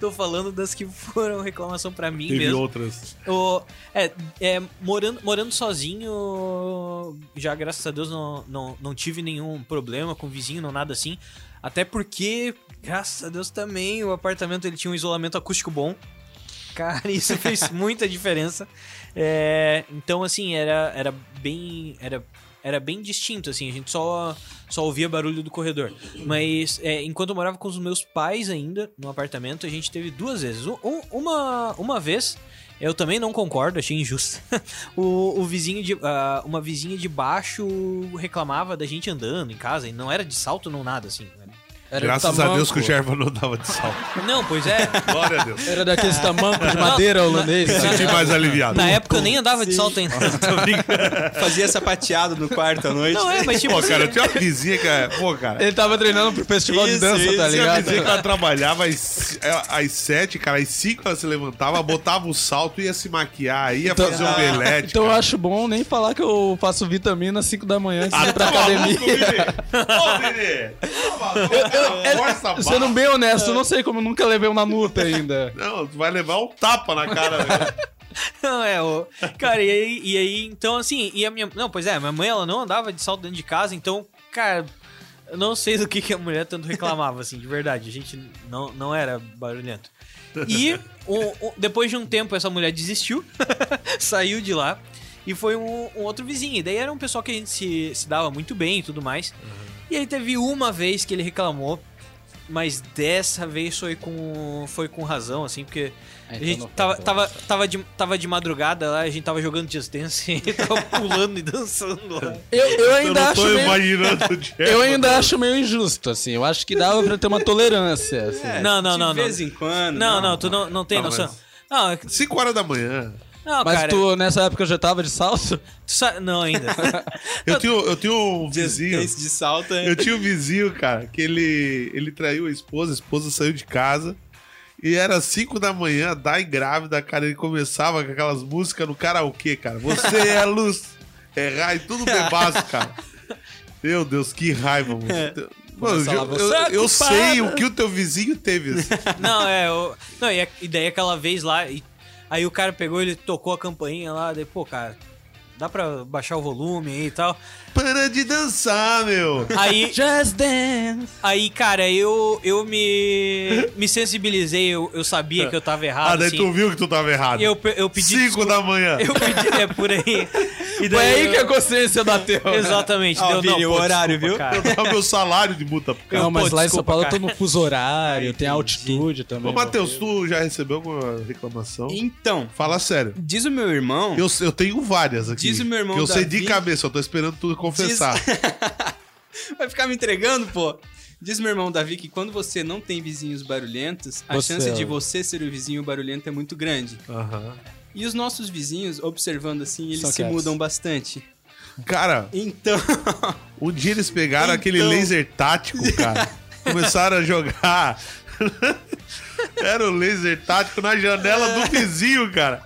D: tô falando das que foram reclamação pra mim
B: Teve
D: mesmo.
B: outras.
D: Eu- é, é, morando, morando sozinho, já graças a Deus não, não, não tive nenhum problema com vizinho, não nada assim. Até porque, graças a Deus também, o apartamento ele tinha um isolamento acústico bom. Cara, isso fez muita diferença. É, então, assim, era, era bem. Era, era bem distinto, assim, a gente só, só ouvia barulho do corredor. Mas é, enquanto eu morava com os meus pais ainda no apartamento, a gente teve duas vezes. Um- um- uma, uma vez, eu também não concordo, achei injusto. o, o vizinho de. ah, uma vizinha de baixo reclamava da gente andando em casa, e não era de salto, não nada, assim.
C: Era
B: Graças a Deus que o
C: já...
B: Gerva não dava de sal.
D: Não, pois é.
B: Glória a Deus.
C: Era daqueles tamancos de madeira holandês. né?
B: Senti mais aliviado.
D: Na época eu nem andava de salto ainda.
F: Fazia sapateado no quarto à noite.
D: Não é, mas tipo.
B: Pô, cara, eu tinha uma vizinha que. é- Pô, cara.
C: Ele tava treinando pro festival de
F: Isso,
C: dança, tá
F: isso,
B: Tinha uma
C: ligado?
B: vizinha que ela trabalhava às, ela- às sete, cara, às cinco ela se levantava, botava o salto, ia se maquiar, ia fazer um belete.
C: Então eu
B: cara.
C: acho bom nem falar que eu faço vitamina às 5 da manhã antes de ir
B: Ah,
C: pra
B: tá maluco,
C: academia.
B: Vini? Ô, Vini! Força a
C: Sendo
B: barra.
C: bem honesto, eu não sei como eu nunca levei uma multa ainda.
B: Não, tu vai levar um tapa na cara. né?
D: Não, é, o... Cara, e aí, e aí, então, assim, e a minha... Não, pois é, minha mãe, ela não andava de salto dentro de casa, então, cara, eu não sei do que, que a mulher tanto reclamava, assim, de verdade, a gente não, não era barulhento. E o- o- depois de um tempo, essa mulher desistiu, saiu de lá, e foi um, um outro vizinho, e daí era um pessoal que a gente se, se dava muito bem e tudo mais, e aí teve uma vez que ele reclamou, mas dessa vez foi com, foi com razão, assim, porque
C: É, tá
D: a
C: Então,
D: gente tava, tava, tava, de, tava de madrugada lá, a gente tava jogando Just Dance e tava pulando e dançando lá.
C: Eu, eu
B: Eu
C: ainda
B: não
C: acho
B: tô
C: meio,
B: imaginando o Jeff.
C: eu ainda acho meio injusto, assim. Eu acho que dava pra ter uma tolerância, assim.
D: Não, não,
F: de
D: não,
F: De vez em quando.
E: né?
D: Não, não, tu não, não tem
B: Não,
D: noção.
B: mas-
D: Não, é que-
B: Cinco horas da manhã.
D: Não,
C: Mas
D: cara. é-
C: tu, nessa época, já tava de salto?
D: tu sa- Não, ainda.
B: Eu tinha, eu tinha um vizinho.
E: Esse de salto é.
B: Eu tinha um vizinho, cara, que ele, ele traiu a esposa, a esposa saiu de casa. E era 5 da manhã, dai grávida, cara. Ele começava com aquelas músicas no karaokê, cara. Você é luz, é raio, tudo bebaço, cara. Meu Deus, que raiva, mano.
D: É.
B: Mano,
C: Começa lá,
B: eu, eu,
C: "Você é
B: eu
C: culpada."
B: sei o que o teu vizinho teve. assim.
D: Não, é. Eu... Não, e, a- e daí aquela vez lá. e- Aí o cara pegou, ele tocou a campainha lá. Daí, pô, cara, dá pra baixar o volume aí e tal.
B: Para de dançar, meu.
D: Aí,
C: Just dance!
D: aí cara, eu, eu me, me sensibilizei. Eu, eu sabia que eu tava errado.
B: Ah, daí
D: assim.
B: tu viu que tu tava errado.
D: E eu, pe- eu pedi.
B: 5 da manhã.
D: Eu pedi, é por aí. E
C: Foi aí
D: eu-
C: que a consciência bateu. né?
D: Exatamente, deu não,
E: Virou
D: pô,
E: o horário,
D: desculpa,
E: viu?
D: cara.
B: Eu dava meu salário de multa. pro cara.
C: Não, mas
D: Pô,
C: lá em São
D: desculpa,
C: Paulo eu
D: cara.
C: tô no fuso horário, tem altitude também. né?
B: Ô, Matheus, tu já recebeu alguma reclamação?
E: Então,
B: Fala sério.
E: diz o meu irmão.
B: Eu, eu tenho várias aqui.
E: Diz o meu irmão
B: Que eu sei de
E: Davi.
B: cabeça, eu tô esperando tu confessar.
E: Vai ficar me entregando, pô? Diz meu irmão Davi que quando você não tem vizinhos barulhentos, a
C: Você
E: chance
C: é
E: de
C: o-
E: você ser o vizinho barulhento é muito grande.
B: Aham.
E: E os nossos vizinhos, observando assim, eles
C: São
E: se
C: quietos.
E: mudam bastante.
B: Cara,
E: Então,
B: um dia eles pegaram aquele laser tático, cara. começaram a jogar. Era o laser tático na janela do vizinho, cara.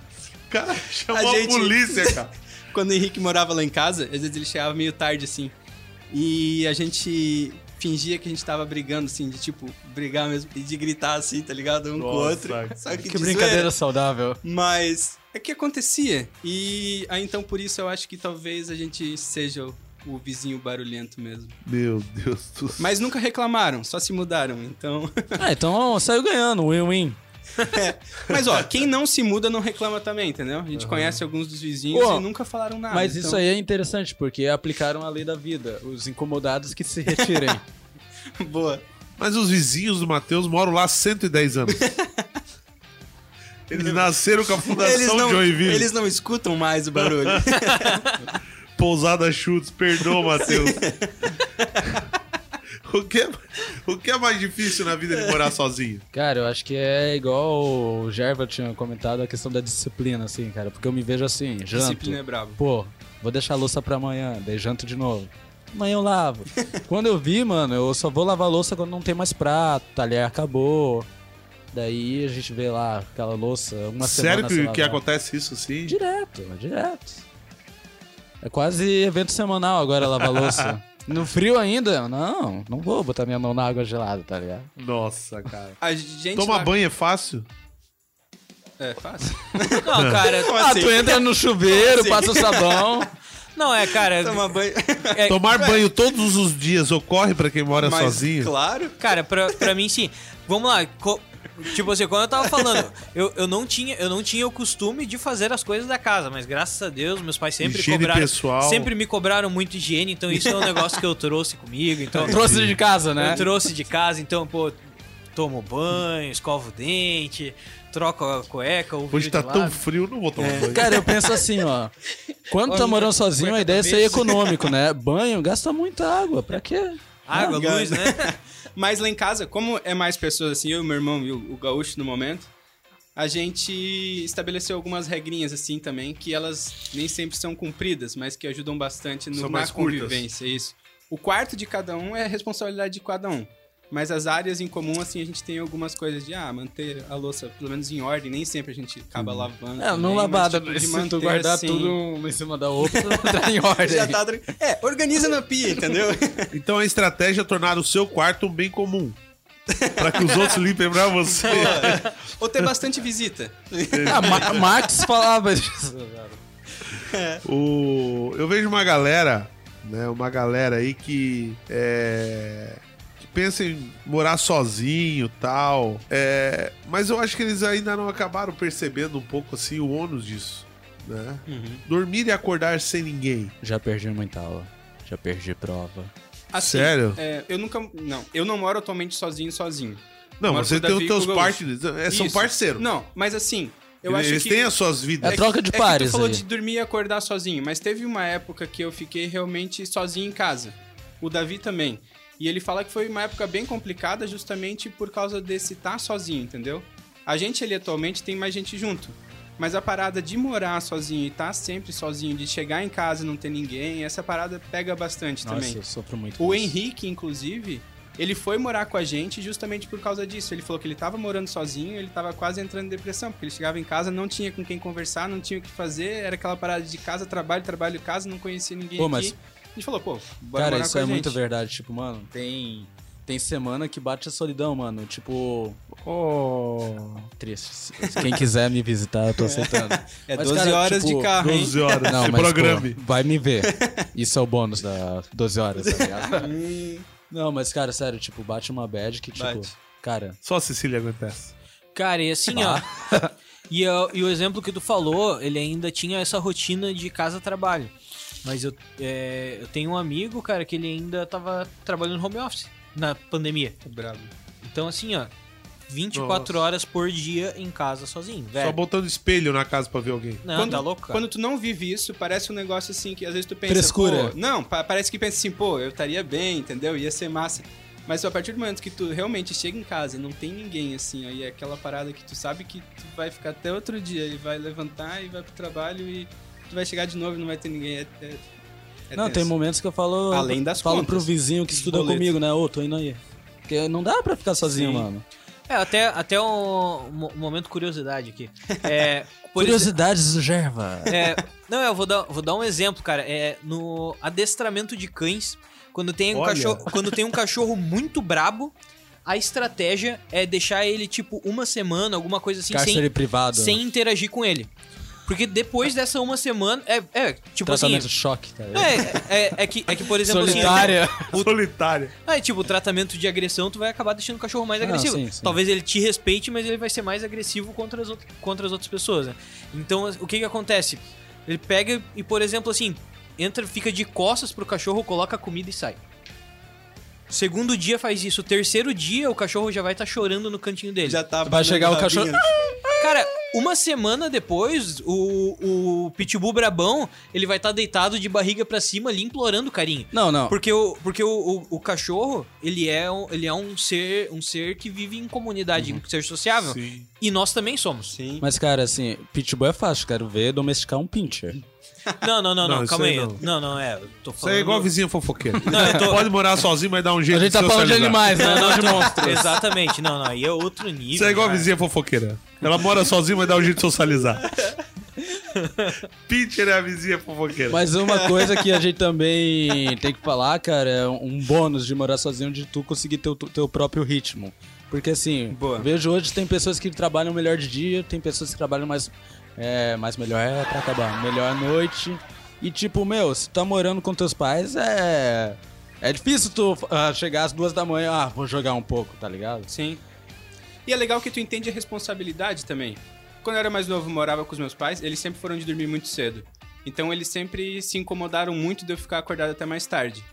B: O cara chamou a,
E: É. A gente-
B: polícia, cara.
E: quando o Henrique morava lá em casa, às vezes ele chegava meio tarde assim. E a gente fingia que a gente tava brigando assim, de tipo, brigar mesmo e de gritar assim, tá ligado? Um com o
B: Nossa,
E: outro.
B: cara.
E: Só que, de
C: Que
E: zoeira.
C: brincadeira saudável.
E: Mas é que acontecia. E aí, então por isso eu acho que talvez a gente seja o- o vizinho barulhento mesmo.
B: Meu Deus do céu.
E: Mas nunca reclamaram, só se mudaram. Então.
C: Ah, então saiu ganhando, win-win.
E: Mas ó, quem não se muda não reclama também, entendeu? A gente conhece alguns dos vizinhos
C: Ô,
E: e nunca falaram nada.
C: Mas
E: então-
C: isso aí é interessante, porque aplicaram a lei da vida. Os incomodados que se retirem.
E: Boa.
B: Mas os vizinhos do Matheus moram lá há 110 anos. Eles nasceram com a
E: Eles
B: Fundação
E: não,
B: Joinville.
E: eles não escutam mais o barulho.
B: Pousada Chutes, perdoa, Matheus. o, que é, o que é mais difícil na vida de morar sozinho?
C: cara, eu acho que é igual o Gerva tinha comentado a questão da disciplina, assim, cara. Porque eu me vejo assim, janto.
E: Disciplina é brabo.
C: Pô, vou deixar a louça pra amanhã, daí janto de novo. Amanhã eu lavo. quando eu vi, mano, eu só vou lavar a louça quando não tem mais prato, talher acabou. Daí a gente vê lá aquela louça uma
B: Sério
C: semana né? sem
B: que, que
C: lavar.
B: acontece isso assim?
C: Direto, direto. É quase evento semanal agora lavar louça. No frio ainda? Não, não vou botar minha mão na água gelada, tá ligado?
B: Nossa, cara.
E: A gente.
B: Tomar
E: lá-
B: banho é fácil?
E: É fácil.
D: Não, cara. ah,
E: Como assim?
C: Ah, entra no chuveiro, passa o sabão.
D: Não, é, cara.
E: Tomar banho.
D: É,
B: Tomar banho todos os dias ocorre pra quem mora
E: Mas,
B: sozinho?
E: Claro.
D: Cara, pra, pra mim sim. Vamos lá. co- tipo assim, quando eu tava falando, eu, eu, não tinha, eu não tinha o costume de fazer as coisas da casa, mas graças a Deus, meus pais sempre
B: Higiene
D: cobraram.
B: pessoal.
D: Sempre me cobraram muito higiene, então isso é um negócio que eu trouxe comigo. Então,
C: Trouxe de casa, né?
D: eu trouxe de casa, então, pô, tomo banho, escovo o dente, troco a cueca, o
B: Hoje tá tão frio, não vou tomar banho.
C: Cara, eu penso assim, ó. Quando tá morando sozinho, a ideia é ser econômico, né? Banho gasta muita água. Pra quê?
D: Água,
E: Ah,
D: luz, né?
E: Mas lá em casa, como é mais pessoas assim, eu, meu irmão e o, o gaúcho no momento, a gente estabeleceu algumas regrinhas assim também, que elas nem sempre são cumpridas, mas que ajudam bastante no,
B: São
E: na
B: mais curtas.
E: convivência, isso. O quarto de cada um é a responsabilidade de cada um. Mas as áreas em comum, assim, a gente tem algumas coisas de, ah, manter a louça pelo menos em ordem, nem sempre a gente acaba
B: Uhum.
E: lavando.
C: É,
E: também,
C: não
E: mas,
C: lavada,
E: tipo,
C: mas
E: de
C: se
E: manter,
C: tu guardar
E: assim,
C: tudo uma em cima da outra, tá em ordem.
E: Já tá... tran- É, organiza na pia, entendeu?
B: Então a estratégia é tornar o seu quarto um bem comum. Pra que os outros limpem pra você.
E: Ou ter bastante visita.
C: Ah, Ma- Marx falava disso.
B: O... Eu vejo uma galera, né? Uma galera aí que é. que pensa em morar sozinho e tal. É... Mas eu acho que eles ainda não acabaram percebendo um pouco assim o ônus disso. Né?
E: Uhum.
B: Dormir e acordar sem ninguém.
C: Já perdi muita aula. Já perdi prova.
E: Assim,
B: Sério?
E: É, eu nunca. Não, eu não moro atualmente sozinho, sozinho.
B: Não,
E: Moro
B: você
E: com o
B: tem os
E: Davi
B: teus
E: e com o Gaúcho.
B: parceiros. é, são
E: Isso.
B: parceiros.
E: Não, mas assim, eu
B: eles
E: acho que.
B: têm as suas
C: É
B: vidas.
C: a troca de
E: é que
C: pares
E: tu falou
C: aí.
E: de dormir e acordar sozinho, mas teve uma época que eu fiquei realmente sozinho em casa. O Davi também. E ele fala que foi uma época bem complicada tá justamente por causa desse estar sozinho, entendeu? A gente ali atualmente tem mais gente junto. Mas a parada de morar sozinho e estar sempre sozinho, de chegar em casa e não ter ninguém, essa parada pega bastante
C: Nossa,
E: também.
C: eu sofro muito.
E: O
C: com isso.
E: Henrique, inclusive, ele foi morar com a gente justamente por causa disso. Ele falou que ele tava morando sozinho, ele tava quase entrando em depressão, porque ele chegava em casa, não tinha com quem conversar, não tinha o que fazer, era aquela parada de casa, trabalho, trabalho, casa, não conhecia ninguém
C: Pô,
E: aqui.
C: mas-
E: A gente falou, pô, bora
C: Cara,
E: morar
C: isso
E: com a
C: é
E: gente.
C: muito verdade. Tipo, mano, tem. Tem semana que bate a solidão, mano. Tipo.
E: É
C: Oh. Triste. Quem quiser me visitar, eu tô aceitando.
E: É
C: Mas,
E: 12
C: cara,
E: horas
C: tipo,
E: de carro, hein?
B: 12 horas,
C: Não,
B: se
C: mas, pô,
B: programe.
C: vai me ver. Isso é o bônus da 12 horas, tá ligado? Não, mas, cara, sério, tipo, bate uma bad que, tipo,
E: Bate.
C: cara,
B: Só a Cecília acontece.
D: Cara, e assim, ó. E, eu- e o exemplo que tu falou, ele ainda tinha essa rotina de casa-trabalho. Mas eu, é, eu tenho um amigo, cara, que ele ainda tava trabalhando home office na pandemia.
E: Bravo.
D: Então, assim, ó. 24
B: Nossa.
D: horas por dia em casa sozinho, velho.
B: Só botando espelho na casa pra ver alguém.
D: Não,
E: Quando-
D: tá louco, cara.
E: Quando tu não vive isso, parece um negócio assim que às vezes tu pensa.
C: Frescura.
E: pô, não, pa- parece que pensa assim, pô, eu estaria bem, entendeu? Ia ser massa. Mas a partir do momento que tu realmente chega em casa, não tem ninguém assim, aí é aquela parada que tu sabe que tu vai ficar até outro dia e vai levantar e vai pro trabalho e tu vai chegar de novo e não vai ter ninguém. É- é- é
C: não, tem
E: tenso.
C: momentos que eu falo.
E: Além das
C: Falo
E: contas.
C: pro vizinho que estuda
E: Boleto.
C: comigo, né? Ô, tô indo aí. Porque não dá pra ficar sozinho, mano.
D: É, até, até um, mo- momento curiosidade aqui. É, por exe-
C: Curiosidades do Gerva.
D: é, não, eu vou dar, vou dar um exemplo, cara. É, no adestramento de cães, quando tem, um
B: Olha.
D: cachorro, quando tem um cachorro muito brabo, a estratégia é deixar ele, tipo, uma semana, alguma coisa assim,
C: Cárcere
D: sem,
C: privado.
D: sem interagir com ele. Porque depois dessa uma semana. É, é tipo
C: tratamento
D: assim.
C: de choque, tá ligado?
D: É, é, é que, é que, por exemplo, assim,
C: Solitária.
B: Solitária.
D: É, tipo, o tratamento de agressão, tu vai acabar deixando o cachorro mais
C: Ah,
D: agressivo.
C: sim, sim.
D: Talvez ele te respeite, mas ele vai ser mais agressivo contra as, out- contra as outras pessoas, né? Então, as- o que que acontece? Ele pega e, por exemplo, assim, entra, fica de costas pro cachorro, coloca a comida e sai. Segundo dia faz isso. Terceiro dia, o cachorro já vai estar chorando no cantinho dele.
E: Já tá
C: Vai chegar o cachorro-
D: Cara, uma semana depois, o, o Pitbull Brabão, ele vai estar deitado de barriga pra cima ali, implorando carinho.
C: Não, não.
D: Porque o, porque o, o- o cachorro, ele é, um, ele é um, ser, um ser que vive em comunidade, um ser sociável.
B: Uhum. Sim.
D: E nós também somos.
E: Sim.
C: Mas, cara, assim, pitbull é fácil. Quero ver domesticar um pincher.
D: Não, não, não, não,
B: Não,
D: calma
B: isso
D: aí.
B: aí
D: eu- Não. não, é. eu tô
B: Isso aí
D: falando.
B: é igual vizinho fofoqueiro.
D: Não, eu tô-
B: Pode morar sozinho, mas dá um jeito
C: tá
B: socializar.
D: Não, não, eu tô- Exatamente, não, não. Aí é outro nível.
B: Isso é igual a
D: cara.
B: vizinha fofoqueira. Ela mora sozinha, mas dá um jeito de socializar. Peter é a vizinha fofoqueira.
C: Mas uma coisa que a gente também tem que falar, cara, é um bônus de morar sozinho de tu conseguir teu, teu próprio ritmo. Porque assim,
E: Boa.
C: vejo hoje tem pessoas que trabalham melhor de dia, tem pessoas que trabalham mais, é, mais melhor é pra acabar, melhor à noite. E tipo, meu, se tu tá morando com teus pais, é. É difícil tu ah, chegar às duas da manhã, ah, vou jogar um pouco, tá ligado?
E: Sim. E é legal que tu entende a responsabilidade também. Quando eu era mais novo, morava com os meus pais, eles sempre foram de dormir muito cedo. Então eles sempre se incomodaram muito de eu ficar acordado até mais tarde.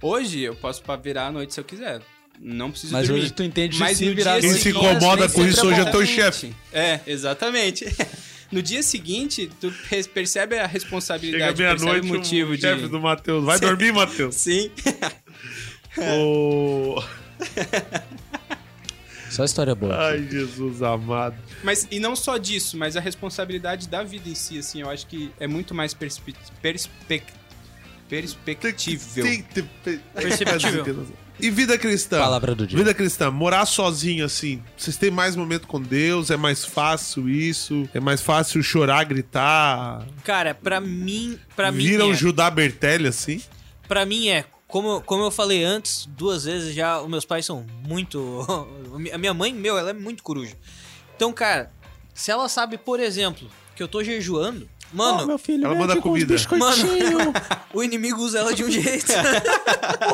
E: Hoje eu posso pa- virar à noite se eu quiser. Não preciso
C: Mas
E: dormir.
C: hoje tu entende de
E: Mas
C: se
E: no
C: virar assim. à
E: dia
B: Quem
C: noite.
B: se
E: seguinte,
B: incomoda
E: nem
B: com isso
E: sempre
B: hoje é
E: bom.
B: teu chefe.
E: É, exatamente. no dia seguinte, tu res- percebe a
B: Chega
E: responsabilidade, percebe
B: meia-noite,
E: o motivo
B: o
E: de...
B: chefe do Matheus. Vai dormir, Matheus.
E: Sim.
B: Ô,
C: Só história boa.
B: Ai, Jesus amado.
E: Mas, e não só disso, mas a responsabilidade da vida em si, assim, eu acho que é muito mais perspe perspec perspectivível.
B: Tem que ter-
D: Perceptível.
B: E vida cristã?
C: Palavra do dia.
B: Vida cristã, morar sozinho assim, vocês têm mais momento com Deus, é mais fácil isso, é mais fácil chorar, gritar.
D: Cara, pra mim. Pra
B: Viram
D: mim é,
B: um Judá Bertelli assim?
D: pra mim é. Como, como eu falei antes, duas vezes já, os meus pais são muito. A minha mãe, meu, ela é muito coruja. Então, cara, se ela sabe, por exemplo, que eu tô jejuando, mano,
B: Oh,
C: Ó, meu filho,
B: Ela
C: vem
B: manda
C: aqui com uns
B: comida.
C: biscoitinhos.
D: o inimigo usa ela de um jeito.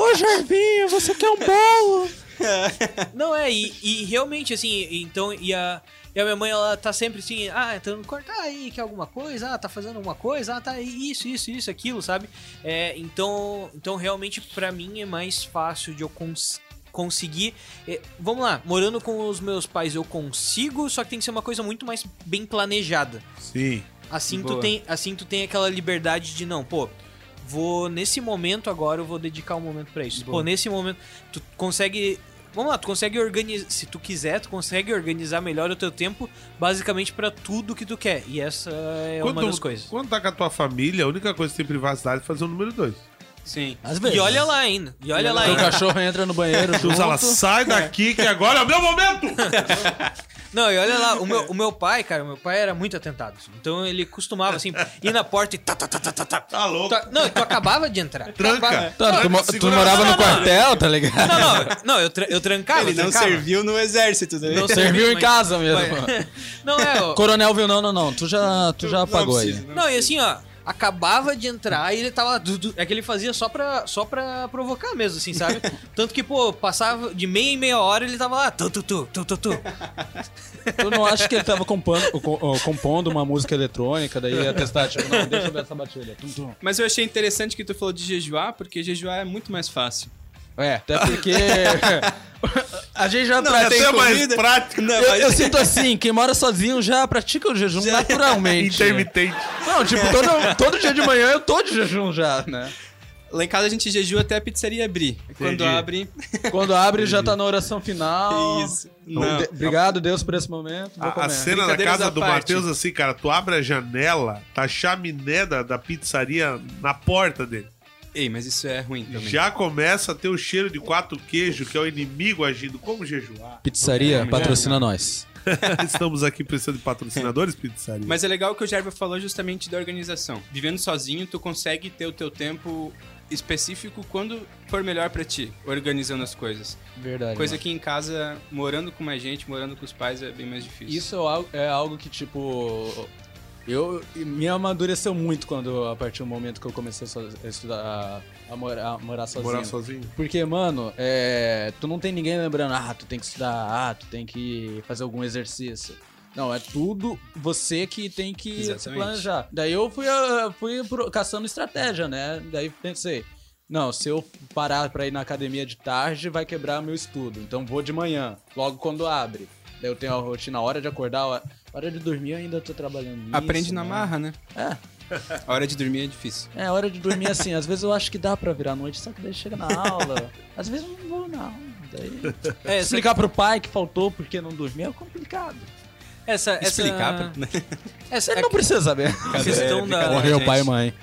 C: Ô, Jarvinho, você quer um bolo?
D: Não, é, e, e realmente, assim, então, e a, e a minha mãe, ela tá sempre assim, ah, então corta aí, quer alguma coisa? Ah, tá fazendo alguma coisa? Ah, tá aí, isso, isso, isso, aquilo, sabe? É, então, então, realmente, pra mim é mais fácil de eu cons- conseguir. é, vamos lá, morando com os meus pais eu consigo, só que tem que ser uma coisa muito mais bem planejada.
B: Sim.
D: Assim tu,
E: Boa.
D: tem, assim tu tem aquela liberdade de não, pô, vou nesse momento agora eu vou dedicar um momento pra isso. Pô, nesse momento tu consegue Vamos lá, tu consegue organizar. Se tu quiser, tu consegue organizar melhor o teu tempo, basicamente pra tudo que tu quer. E essa é uma das coisas.
B: Quando tá com a tua família, a única coisa que tem privacidade é fazer o número dois.
F: Sim.
C: Às vezes.
D: E olha lá ainda. E olha lá
C: Teu
D: ainda.
C: cachorro entra no banheiro
B: Tu
C: junto.
B: fala, sai daqui que agora é o meu momento!
D: Não, e olha lá, o meu, o meu pai, cara, o meu pai era muito atentado. assim. Então ele costumava, assim, ir na porta e tá, tá, tá, tá, tá, tá.
B: Tá louco.
D: Tu- não, tu acabava de entrar.
B: Tranca.
D: Acabava-
C: Tá, tu, mo- tu
B: Segura-
C: morava
B: Não, não,
C: no quartel, tá ligado?
D: Não, não, não, eu, tra- eu trancava.
F: Ele não
D: trancava.
F: serviu no exército, né?
D: Não
C: Serviu em
D: mas-
C: casa mesmo.
D: mas- Não, é, ó,
C: Coronel viu, não, não, não. Tu já, tu já apagou aí.
D: Não, e assim, ó, acabava de entrar e ele tava. lá, du- du- é que ele fazia só pra, só pra provocar mesmo, assim, sabe? Tanto que, pô, passava de meia em meia hora ele tava lá, tu, tu, tu, tu, tu, tu.
C: Tu não acha que ele tava compondo, co- ó, compondo uma música eletrônica, daí ia testar, tipo, não, deixa eu ver essa batida. Tum, tum.
E: Mas eu achei interessante que tu falou de jejuar, porque jejuar é muito mais fácil.
C: É, até porque. a gente já
B: É
C: pratica.
B: até mais prático.
C: Eu, eu sinto assim, quem mora sozinho já pratica o jejum naturalmente.
B: Intermitente.
C: Não, tipo, todo, todo dia de manhã eu tô de jejum já, né?
E: Lá em casa a gente jejua até a pizzaria abrir. Quando abre,
C: Quando abre, já tá na oração final.
E: Isso.
C: Não. De- Obrigado, Deus, por esse momento. Vou
B: A, a
C: comer.
B: cena da
E: Brincadeiras
B: casa
E: à
B: do
E: parte.
B: Matheus, assim, cara, tu abre a janela, tá a chaminé da, da pizzaria na porta dele.
E: Ei, mas isso é ruim também.
B: Já começa a ter o cheiro de quatro queijos, que é o inimigo agindo. Como jejuar?
C: Pizzaria, patrocina nós.
B: Estamos aqui precisando de patrocinadores, pizzaria.
E: Mas é legal que o Gerber falou justamente da organização. Vivendo sozinho, tu consegue ter o teu tempo específico quando for melhor pra ti, organizando as coisas.
C: Verdade.
E: Coisa que em casa, morando com mais gente, morando com os pais, é bem mais difícil.
C: Isso é algo- é algo que, tipo. Eu me amadureceu muito quando, a partir do momento que eu comecei so- a estudar, a morar, a morar sozinho.
B: Morar sozinho.
C: Porque, mano, é, tu não tem ninguém lembrando, ah, tu tem que estudar, ah, tu tem que fazer algum exercício. Não, é tudo você que tem que se
E: Exatamente.
C: planejar. Daí eu fui, ah, fui pro- caçando estratégia, né? Daí pensei, não, se eu parar pra ir na academia de tarde, vai quebrar meu estudo. Então vou de manhã, logo quando abre. Daí eu tenho a rotina, a hora de acordar, a hora- a hora de dormir, eu ainda tô trabalhando nisso,
E: Aprende na
C: né?
E: marra, né?
C: É.
E: A hora de dormir é difícil.
C: É, a hora de dormir assim. Às vezes eu acho que dá pra virar à noite, só que daí chega na aula. Às vezes eu não vou na aula. Daí...
D: É, essa,
C: Explicar pro pai que faltou porque não dormiu é complicado.
D: essa, essa,
E: Explicar pra- É
D: essa,
C: Ele não precisa saber. É, Assim,
D: a questão da.
E: Morreu pai e
C: mãe.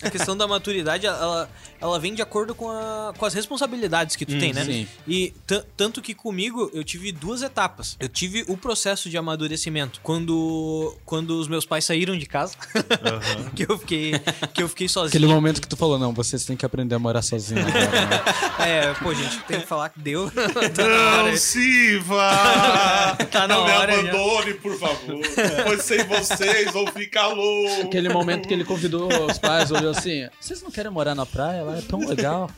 D: A questão da maturidade, ela, ela vem de acordo com, a- com as responsabilidades que tu tem, né?
C: sim.
D: E tan- tanto que comigo eu tive duas etapas. Eu tive o processo de amadurecimento quando, quando os meus pais saíram de casa, que eu fiquei que eu fiquei
C: Aquele
D: sozinho.
C: momento que tu falou, não, vocês têm que aprender a morar sozinho. agora, né?
D: É, pô, gente, tem que falar que deu. tá na hora.
B: Não se vá!
D: Tá na
B: não
D: hora,
B: me abandone, por favor. Pois sem vocês vão ficar louco.
C: Aquele momento que ele convidou os pais, olhou assim, vocês não querem morar na praia? Lá é tão legal.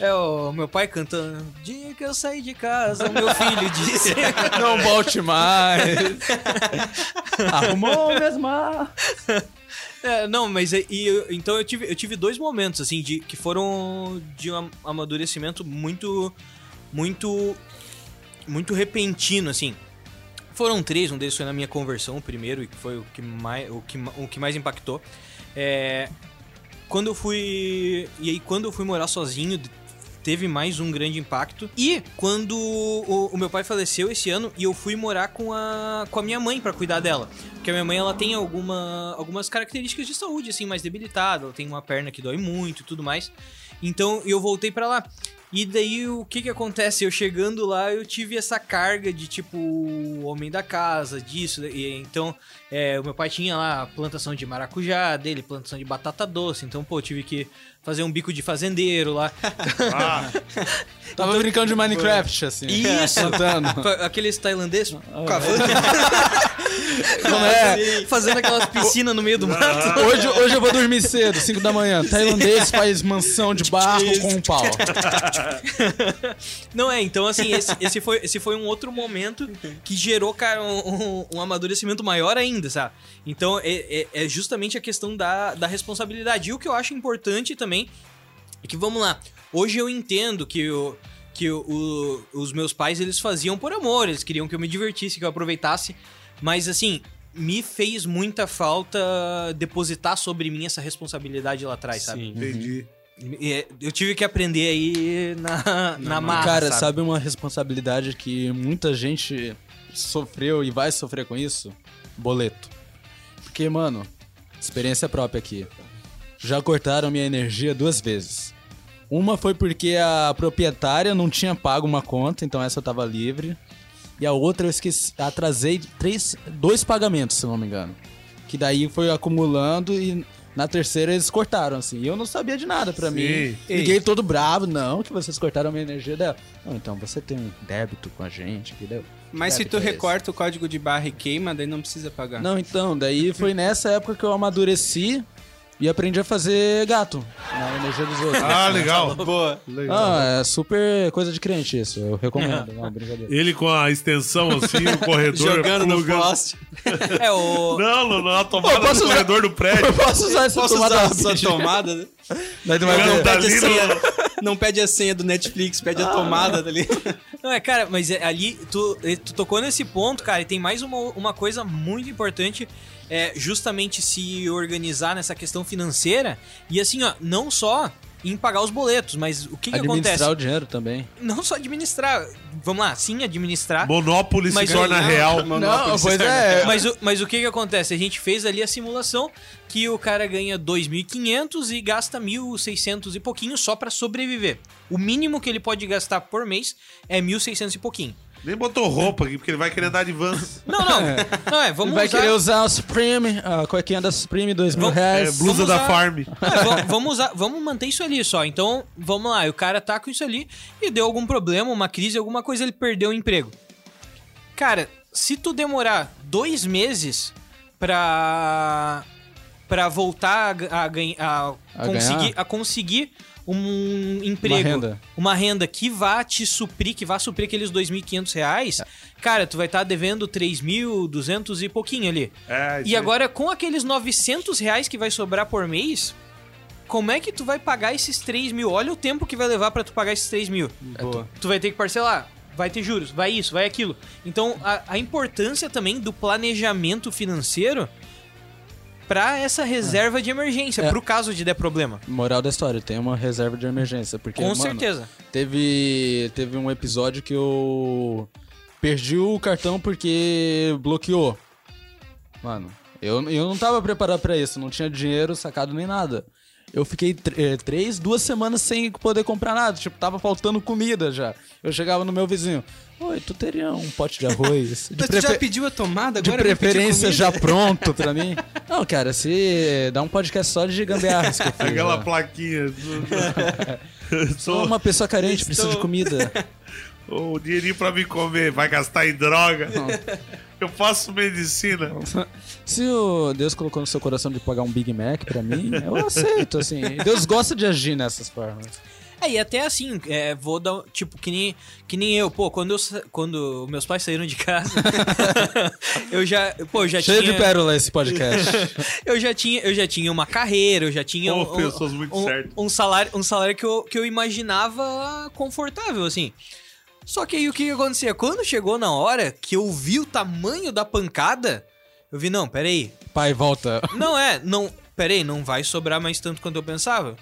D: É o meu pai cantando. Dia que eu saí de casa, o meu filho disse.
C: Não volte mais. Arrumou mesmo. ah.
D: É, não, mas é- e eu- então eu tive, eu tive dois momentos, assim, de, que foram de um am- amadurecimento muito. Muito. Muito repentino, assim. Foram três, um deles foi na minha conversão, o primeiro, e que foi o que mais, o que, ma- o que mais impactou. É, quando eu fui. E aí, quando eu fui morar sozinho, de- teve mais um grande impacto. E quando o, o meu pai faleceu esse ano, e eu fui morar com a, com a minha mãe pra cuidar dela. Porque a minha mãe, ela tem alguma, algumas características de saúde, assim, mais debilitada. Ela tem uma perna que dói muito e tudo mais. Então, eu voltei pra lá. E daí, o que que acontece? Eu chegando lá, eu tive essa carga de, tipo, o homem da casa, disso. E, então, é, o meu pai tinha lá a plantação de maracujá dele, plantação de batata doce. Então, pô, eu tive que fazer um bico de fazendeiro lá.
B: Ah,
C: Tava brincando de Minecraft, assim.
D: Isso!
C: Cantando.
D: Fa- Aqueles tailandeses
C: Como é?
D: fazendo aquelas piscinas no meio do mato.
C: Hoje, hoje eu vou dormir cedo, 5 da manhã. Tailandês faz mansão de barro com um pau.
D: Não é, então assim, esse, esse foi, esse foi um outro momento que gerou, cara, um, um- um amadurecimento maior ainda, sabe? Então é, é- é justamente a questão da, da responsabilidade. E o que eu acho importante também é que, vamos lá, hoje eu entendo que o. Que o- o- os meus pais eles faziam por amor, eles queriam que eu me divertisse, que eu aproveitasse, mas assim, me fez muita falta depositar sobre mim essa responsabilidade lá atrás, sabe?
B: entendi.
D: E é- Eu tive que aprender aí na, na marra,
C: Cara,
D: Ah, sabe?
C: sabe? uma responsabilidade que muita gente sofreu e vai sofrer com isso? Boleto. Porque, mano, experiência própria aqui. Já cortaram minha energia duas vezes. Uma foi porque a proprietária não tinha pago uma conta, então essa eu tava livre. E a outra eu esqueci, atrasei três, dois pagamentos, se não me engano. Que daí foi acumulando e na terceira eles cortaram, assim. E eu não sabia de nada pra
B: Sim.
C: mim. Liguei todo bravo, não, que vocês cortaram a minha energia dela. Não, então você tem um débito com a gente, entendeu?
F: Mas se tu
C: Débito é esse.
F: recorta o código de barra e queima, daí não precisa pagar.
C: Não, então, daí foi nessa época que eu amadureci e aprendi a fazer gato na energia dos outros.
B: Ah,
D: Tá
B: legal.
F: Boa.
B: legal.
C: Ah, é super coisa de crente isso. Eu recomendo. Não, brincadeira.
B: Ele com a extensão assim, o corredor.
F: Jogando no
B: plugando.
F: poste.
D: É, o...
B: Não, não, não, a tomada
C: Pô, posso
B: do
C: usar-
B: corredor do
C: Eu
B: prédio.
C: posso usar é essa
F: Posso
C: tomada
F: usar
C: rapidinho?
F: essa tomada? né?
C: Daí tu vai
B: Não,
C: ver.
B: tá
F: Pede a
B: ali
F: senha.
B: no...
F: Não pede a senha do Netflix, pede a tomada dali.
D: Não, é, cara, mas é- ali tu, eh, tu tocou nesse ponto, cara, e tem mais uma, uma coisa muito importante, é justamente se organizar nessa questão financeira. E assim, ó, não só em pagar os boletos, mas o que, que acontece?
C: Administrar o dinheiro também.
D: Não só administrar, vamos lá, sim administrar.
B: Monopoly se
D: Mas
B: torna
D: não,
B: real.
C: Não, pois é.
D: Mas, o, mas o que que acontece? A gente fez ali a simulação que o cara ganha 2.500 e gasta 1.600 e pouquinho só pra sobreviver. O mínimo que ele pode gastar por mês é 1.600 e pouquinho.
B: Nem botou roupa aqui, porque ele vai querer andar de vans.
D: Não, não. Não é, vamos
C: Ele vai
D: usar...
C: querer usar o Supreme, ah, a cuequinha da Supreme, dois mil
D: Vamos-
B: É,
C: reais.
B: blusa
D: Vamos
B: da
D: usar-
B: farm.
D: É, va- vamos, usar- vamos manter isso ali só. Então, vamos lá. O cara tá com isso ali e deu algum problema, uma crise, alguma coisa, ele perdeu o emprego. Cara, se tu demorar dois meses pra, pra voltar a, ga- a, ganha- a
C: A
D: conseguir,
C: ganhar?
D: a conseguir um emprego,
C: renda.
D: uma renda que vá te suprir, que vá suprir aqueles 2.500 reais,
C: É.
D: cara, tu vai estar devendo 3.200 e pouquinho ali.
B: É, isso aí.
D: E agora, com aqueles 900 reais que vai sobrar por mês, como é que tu vai pagar esses 3 mil? Olha o tempo que vai levar pra tu pagar esses 3 mil.
F: Boa.
D: É, Tu vai ter que parcelar, vai ter juros, vai isso, vai aquilo. Então, a, a importância também do planejamento financeiro pra essa reserva de emergência,
C: É.
D: pro caso de der problema.
C: Moral da história, tem uma reserva de emergência. Porque,
D: com
C: mano,
D: certeza.
C: Teve, teve um episódio que eu perdi o cartão porque bloqueou. Mano, eu, eu não tava preparado pra isso, não tinha dinheiro sacado nem nada. Eu fiquei tr- eh, três, duas semanas sem poder comprar nada. Tipo, tava faltando comida já. Eu chegava no meu vizinho. Oi, tu teria um pote de arroz? De,
F: Mas tu
C: prefe-
F: já pediu a tomada
C: de
F: agora? vai pedir
C: preferência
F: comida?
C: já pronto pra mim? Não, cara, se dá um podcast só de gambiarras que eu fiz,
B: Aquela
C: né?
B: plaquinha.
C: Sou
B: Sou
C: uma pessoa carente, preciso de
F: Estou-
C: comida.
B: o dinheirinho pra me comer, vai gastar em droga. Eu faço medicina.
C: Se o Deus colocou no seu coração de pagar um Big Mac pra mim, eu aceito, assim. Deus gosta de agir nessas formas.
D: É, e até assim, é, vou dar. Tipo, que nem, que nem eu. Pô, quando, eu, sa- quando meus pais saíram de casa, eu já. Pô, eu já
C: Cheio
D: tinha.
C: de pérola esse podcast.
D: eu já tinha eu já tinha uma carreira eu já tinha
B: Pô,
D: um, um-
B: pessoas muito
D: um-
B: certas.
D: um salário um salário que eu, que eu imaginava confortável assim só que aí o que que acontecia quando chegou na hora que eu vi o tamanho da pancada eu vi não peraí
C: Pai, volta.
D: não é não peraí não vai sobrar mais tanto quanto eu pensava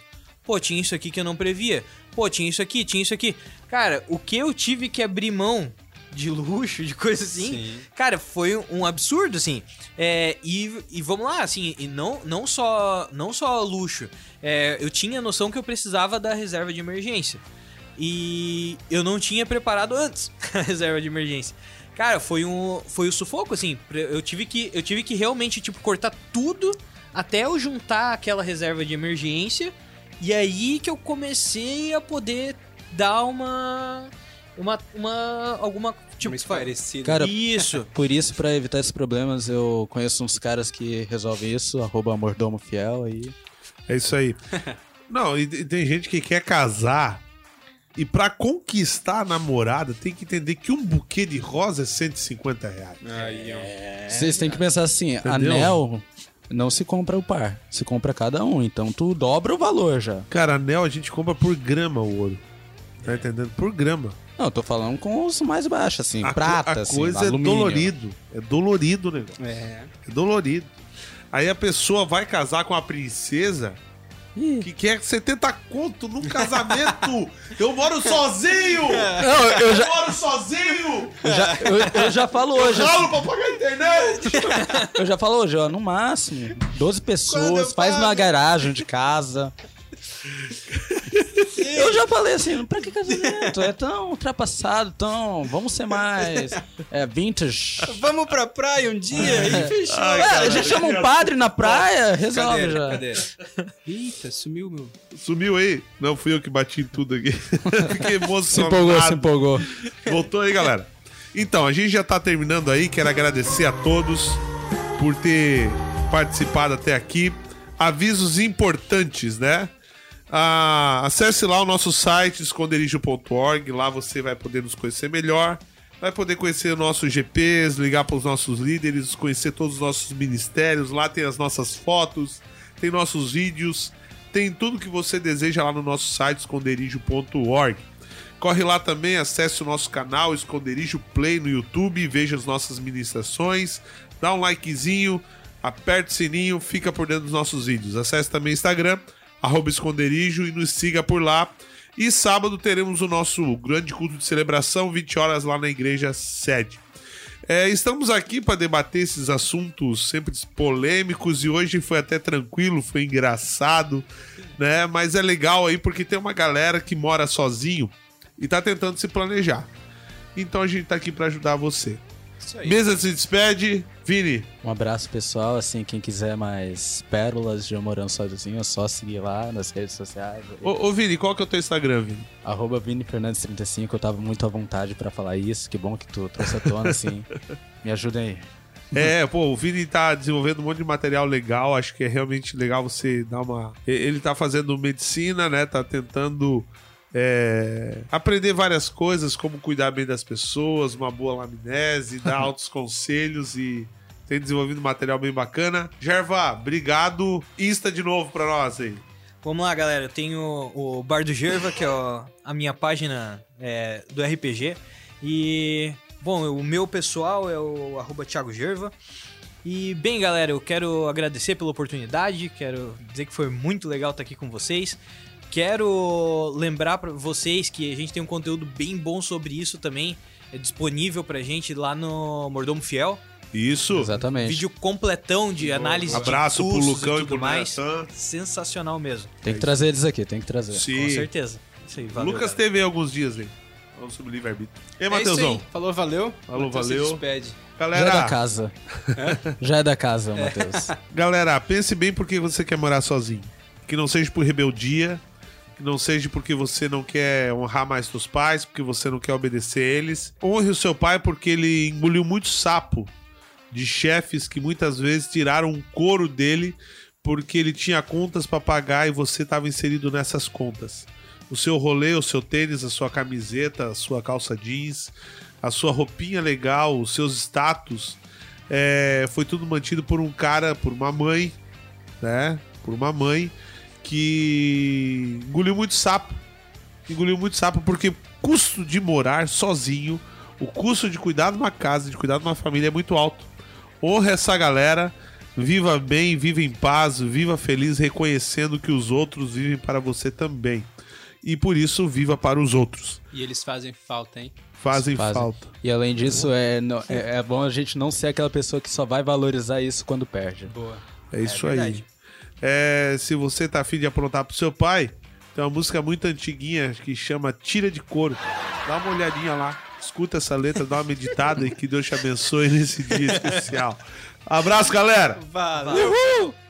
D: pô tinha isso aqui que eu não previa pô tinha isso aqui tinha isso aqui cara o que eu tive que abrir mão de luxo de coisa assim
F: Sim.
D: Cara, foi um absurdo, assim. É, e, e vamos lá, assim, e não, não, só, não só luxo. É, eu tinha a noção que eu precisava da reserva de emergência. E eu não tinha preparado antes a reserva de emergência. Cara, foi um, foi um sufoco, assim. pra- Eu tive, que, eu tive que realmente, tipo, cortar tudo até eu juntar aquela reserva de emergência. E aí que eu comecei a poder dar uma. Uma. uma alguma.
F: Uma
D: Tipo, fa-
F: esclarecida.
C: Cara,
D: isso.
C: por isso, pra evitar esses problemas, eu conheço uns caras que resolvem isso, arroba mordomo fiel e...
B: É isso aí. Não, e, e tem gente que quer casar. E pra conquistar a namorada, tem que entender que um buquê de rosa é 150 reais.
F: Aí, ó.
B: É,
C: Vocês têm que pensar assim, anel não se compra o par, se compra cada um. Então tu dobra o valor já.
B: Cara, anel a gente compra por grama o ouro.
C: É.
B: Tá entendendo? Por grama.
C: Não, eu tô falando com os mais baixos, assim,
B: A co-
C: prata,
B: a
C: assim,
B: coisa
C: alumínio.
B: é dolorido. É dolorido o negócio.
F: É.
B: É dolorido. Aí a pessoa vai casar com a princesa, Que quer 70 conto num casamento. eu moro sozinho!
C: Não, eu
B: Eu
C: já,
B: moro sozinho!
C: eu já, eu, eu já falo hoje.
B: Ralo pra pagar a internet!
C: Eu já falo hoje, ó, no máximo, 12
B: Quando eu
C: pessoas, faz
B: pago.
C: na garagem de casa. Eu já falei assim, pra que casamento? É tão ultrapassado, tão. Vamos ser mais. É, vintage.
F: Vamos pra praia um dia e fechou.
B: Ai,
C: Ué,
B: cara,
C: já chama um padre na praia, resolve
E: Cadeira,
C: já.
E: cadeira. Eita, sumiu meu.
B: Sumiu aí? Não fui eu que bati em tudo aqui. Fiquei
C: Se empolgou, se
B: emocionado.
C: empolgou.
B: Voltou aí, galera. Então, a gente já tá terminando aí. Quero agradecer a todos por ter participado até aqui. Avisos importantes, né? Ah, acesse lá o nosso site, esconderijo.org. Lá você vai poder nos conhecer melhor. Vai poder conhecer os nossos GPs, ligar para os nossos líderes, conhecer todos os nossos ministérios. Lá tem as nossas fotos, tem nossos vídeos, tem tudo que você deseja lá no nosso site, esconderijo.org. Corre lá também, acesse o nosso canal Esconderijo Play no YouTube, veja as nossas ministrações, dá um likezinho, aperta o sininho, fica por dentro dos nossos vídeos. Acesse também o Instagram, arroba esconderijo e nos siga por lá. E sábado teremos o nosso grande culto de celebração, 20 horas lá na igreja sede. É, estamos aqui para debater esses assuntos sempre polêmicos e hoje foi até tranquilo, foi engraçado, né? Mas é legal aí porque tem uma galera que mora sozinho e tá tentando se planejar. Então a gente tá aqui para ajudar você. Mesa se despede, Vini.
C: Um abraço, pessoal. Assim, quem quiser mais pérolas de eu morando sozinho, é só seguir lá nas redes sociais.
B: Ô, ô, Vini, qual que é o teu Instagram, Vini?
C: Arroba Vini Fernandes 35, eu tava muito à vontade pra falar isso. Que bom que tu trouxe à tona, assim. Me ajudem aí.
B: É, pô, o Vini tá desenvolvendo um monte de material legal, acho que é realmente legal você dar uma. E- Ele tá fazendo medicina, né? Tá tentando é, aprender várias coisas, como cuidar bem das pessoas, uma boa laminese, dar altos conselhos e tem desenvolvido um material bem bacana. Gerva, obrigado. Insta de novo pra nós aí.
D: Vamos lá, galera. Eu tenho o Bar do Gerva, que é o- a minha página é, do RPG. E, bom, o meu pessoal é o arroba Thiago Gerva. E, bem, galera, eu quero agradecer pela oportunidade. Quero dizer que foi muito legal estar aqui com vocês. Quero lembrar para vocês que a gente tem um conteúdo bem bom sobre isso também. É disponível pra gente lá no Mordomo Fiel.
B: Isso.
C: Exatamente.
D: Vídeo completão de análise
B: Abraço
D: de
B: pro
D: cursos
B: Lucão
D: e
B: e
D: tudo
B: pro
D: mais.
B: Natan.
D: Sensacional mesmo.
C: Tem que trazer eles aqui, tem que trazer.
D: Com
B: Sim.
D: certeza. Isso aí, valeu,
B: Lucas
D: galera.
B: teve alguns dias aí. Vamos sobre livre-arbítrio.
F: É
B: E aí,
F: isso
B: Matheusão?
F: aí. Falou, valeu.
B: Falou,
F: Matheus se
B: valeu.
F: despede.
C: Já é da
B: Galera,
C: casa. Já é da casa, Matheus.
B: galera, pense bem porque você quer morar sozinho. Que não seja por rebeldia, que não seja porque você não quer honrar mais seus pais, porque você não quer obedecer eles. Honre o seu pai porque ele engoliu muito sapo de chefes que muitas vezes tiraram o couro dele porque ele tinha contas pra pagar e você estava inserido nessas contas. O seu rolê, o seu tênis, a sua camiseta, a sua calça jeans, a sua roupinha legal, os seus status, é, foi tudo mantido por um cara, por uma mãe, né? Por uma mãe que engoliu muito sapo. Engoliu muito sapo porque o custo de morar sozinho, o custo de cuidar de uma casa, de cuidar de uma família é muito alto. Honra essa galera, viva bem, viva em paz, viva feliz, reconhecendo que os outros vivem para você também. E por isso, viva para os outros.
F: E eles fazem falta, hein?
B: Fazem,
C: Fazem.
B: falta.
C: E além disso, é, não- é, é bom a gente não ser aquela pessoa que só vai valorizar isso quando perde. né?
B: É isso aí.
D: verdade.
B: É, se você tá afim de aprontar pro seu pai, tem uma música muito antiguinha que chama Tira de Couro. Dá uma olhadinha lá, escuta essa letra, dá uma meditada e que Deus te abençoe nesse dia especial. Abraço, galera!
F: Valeu.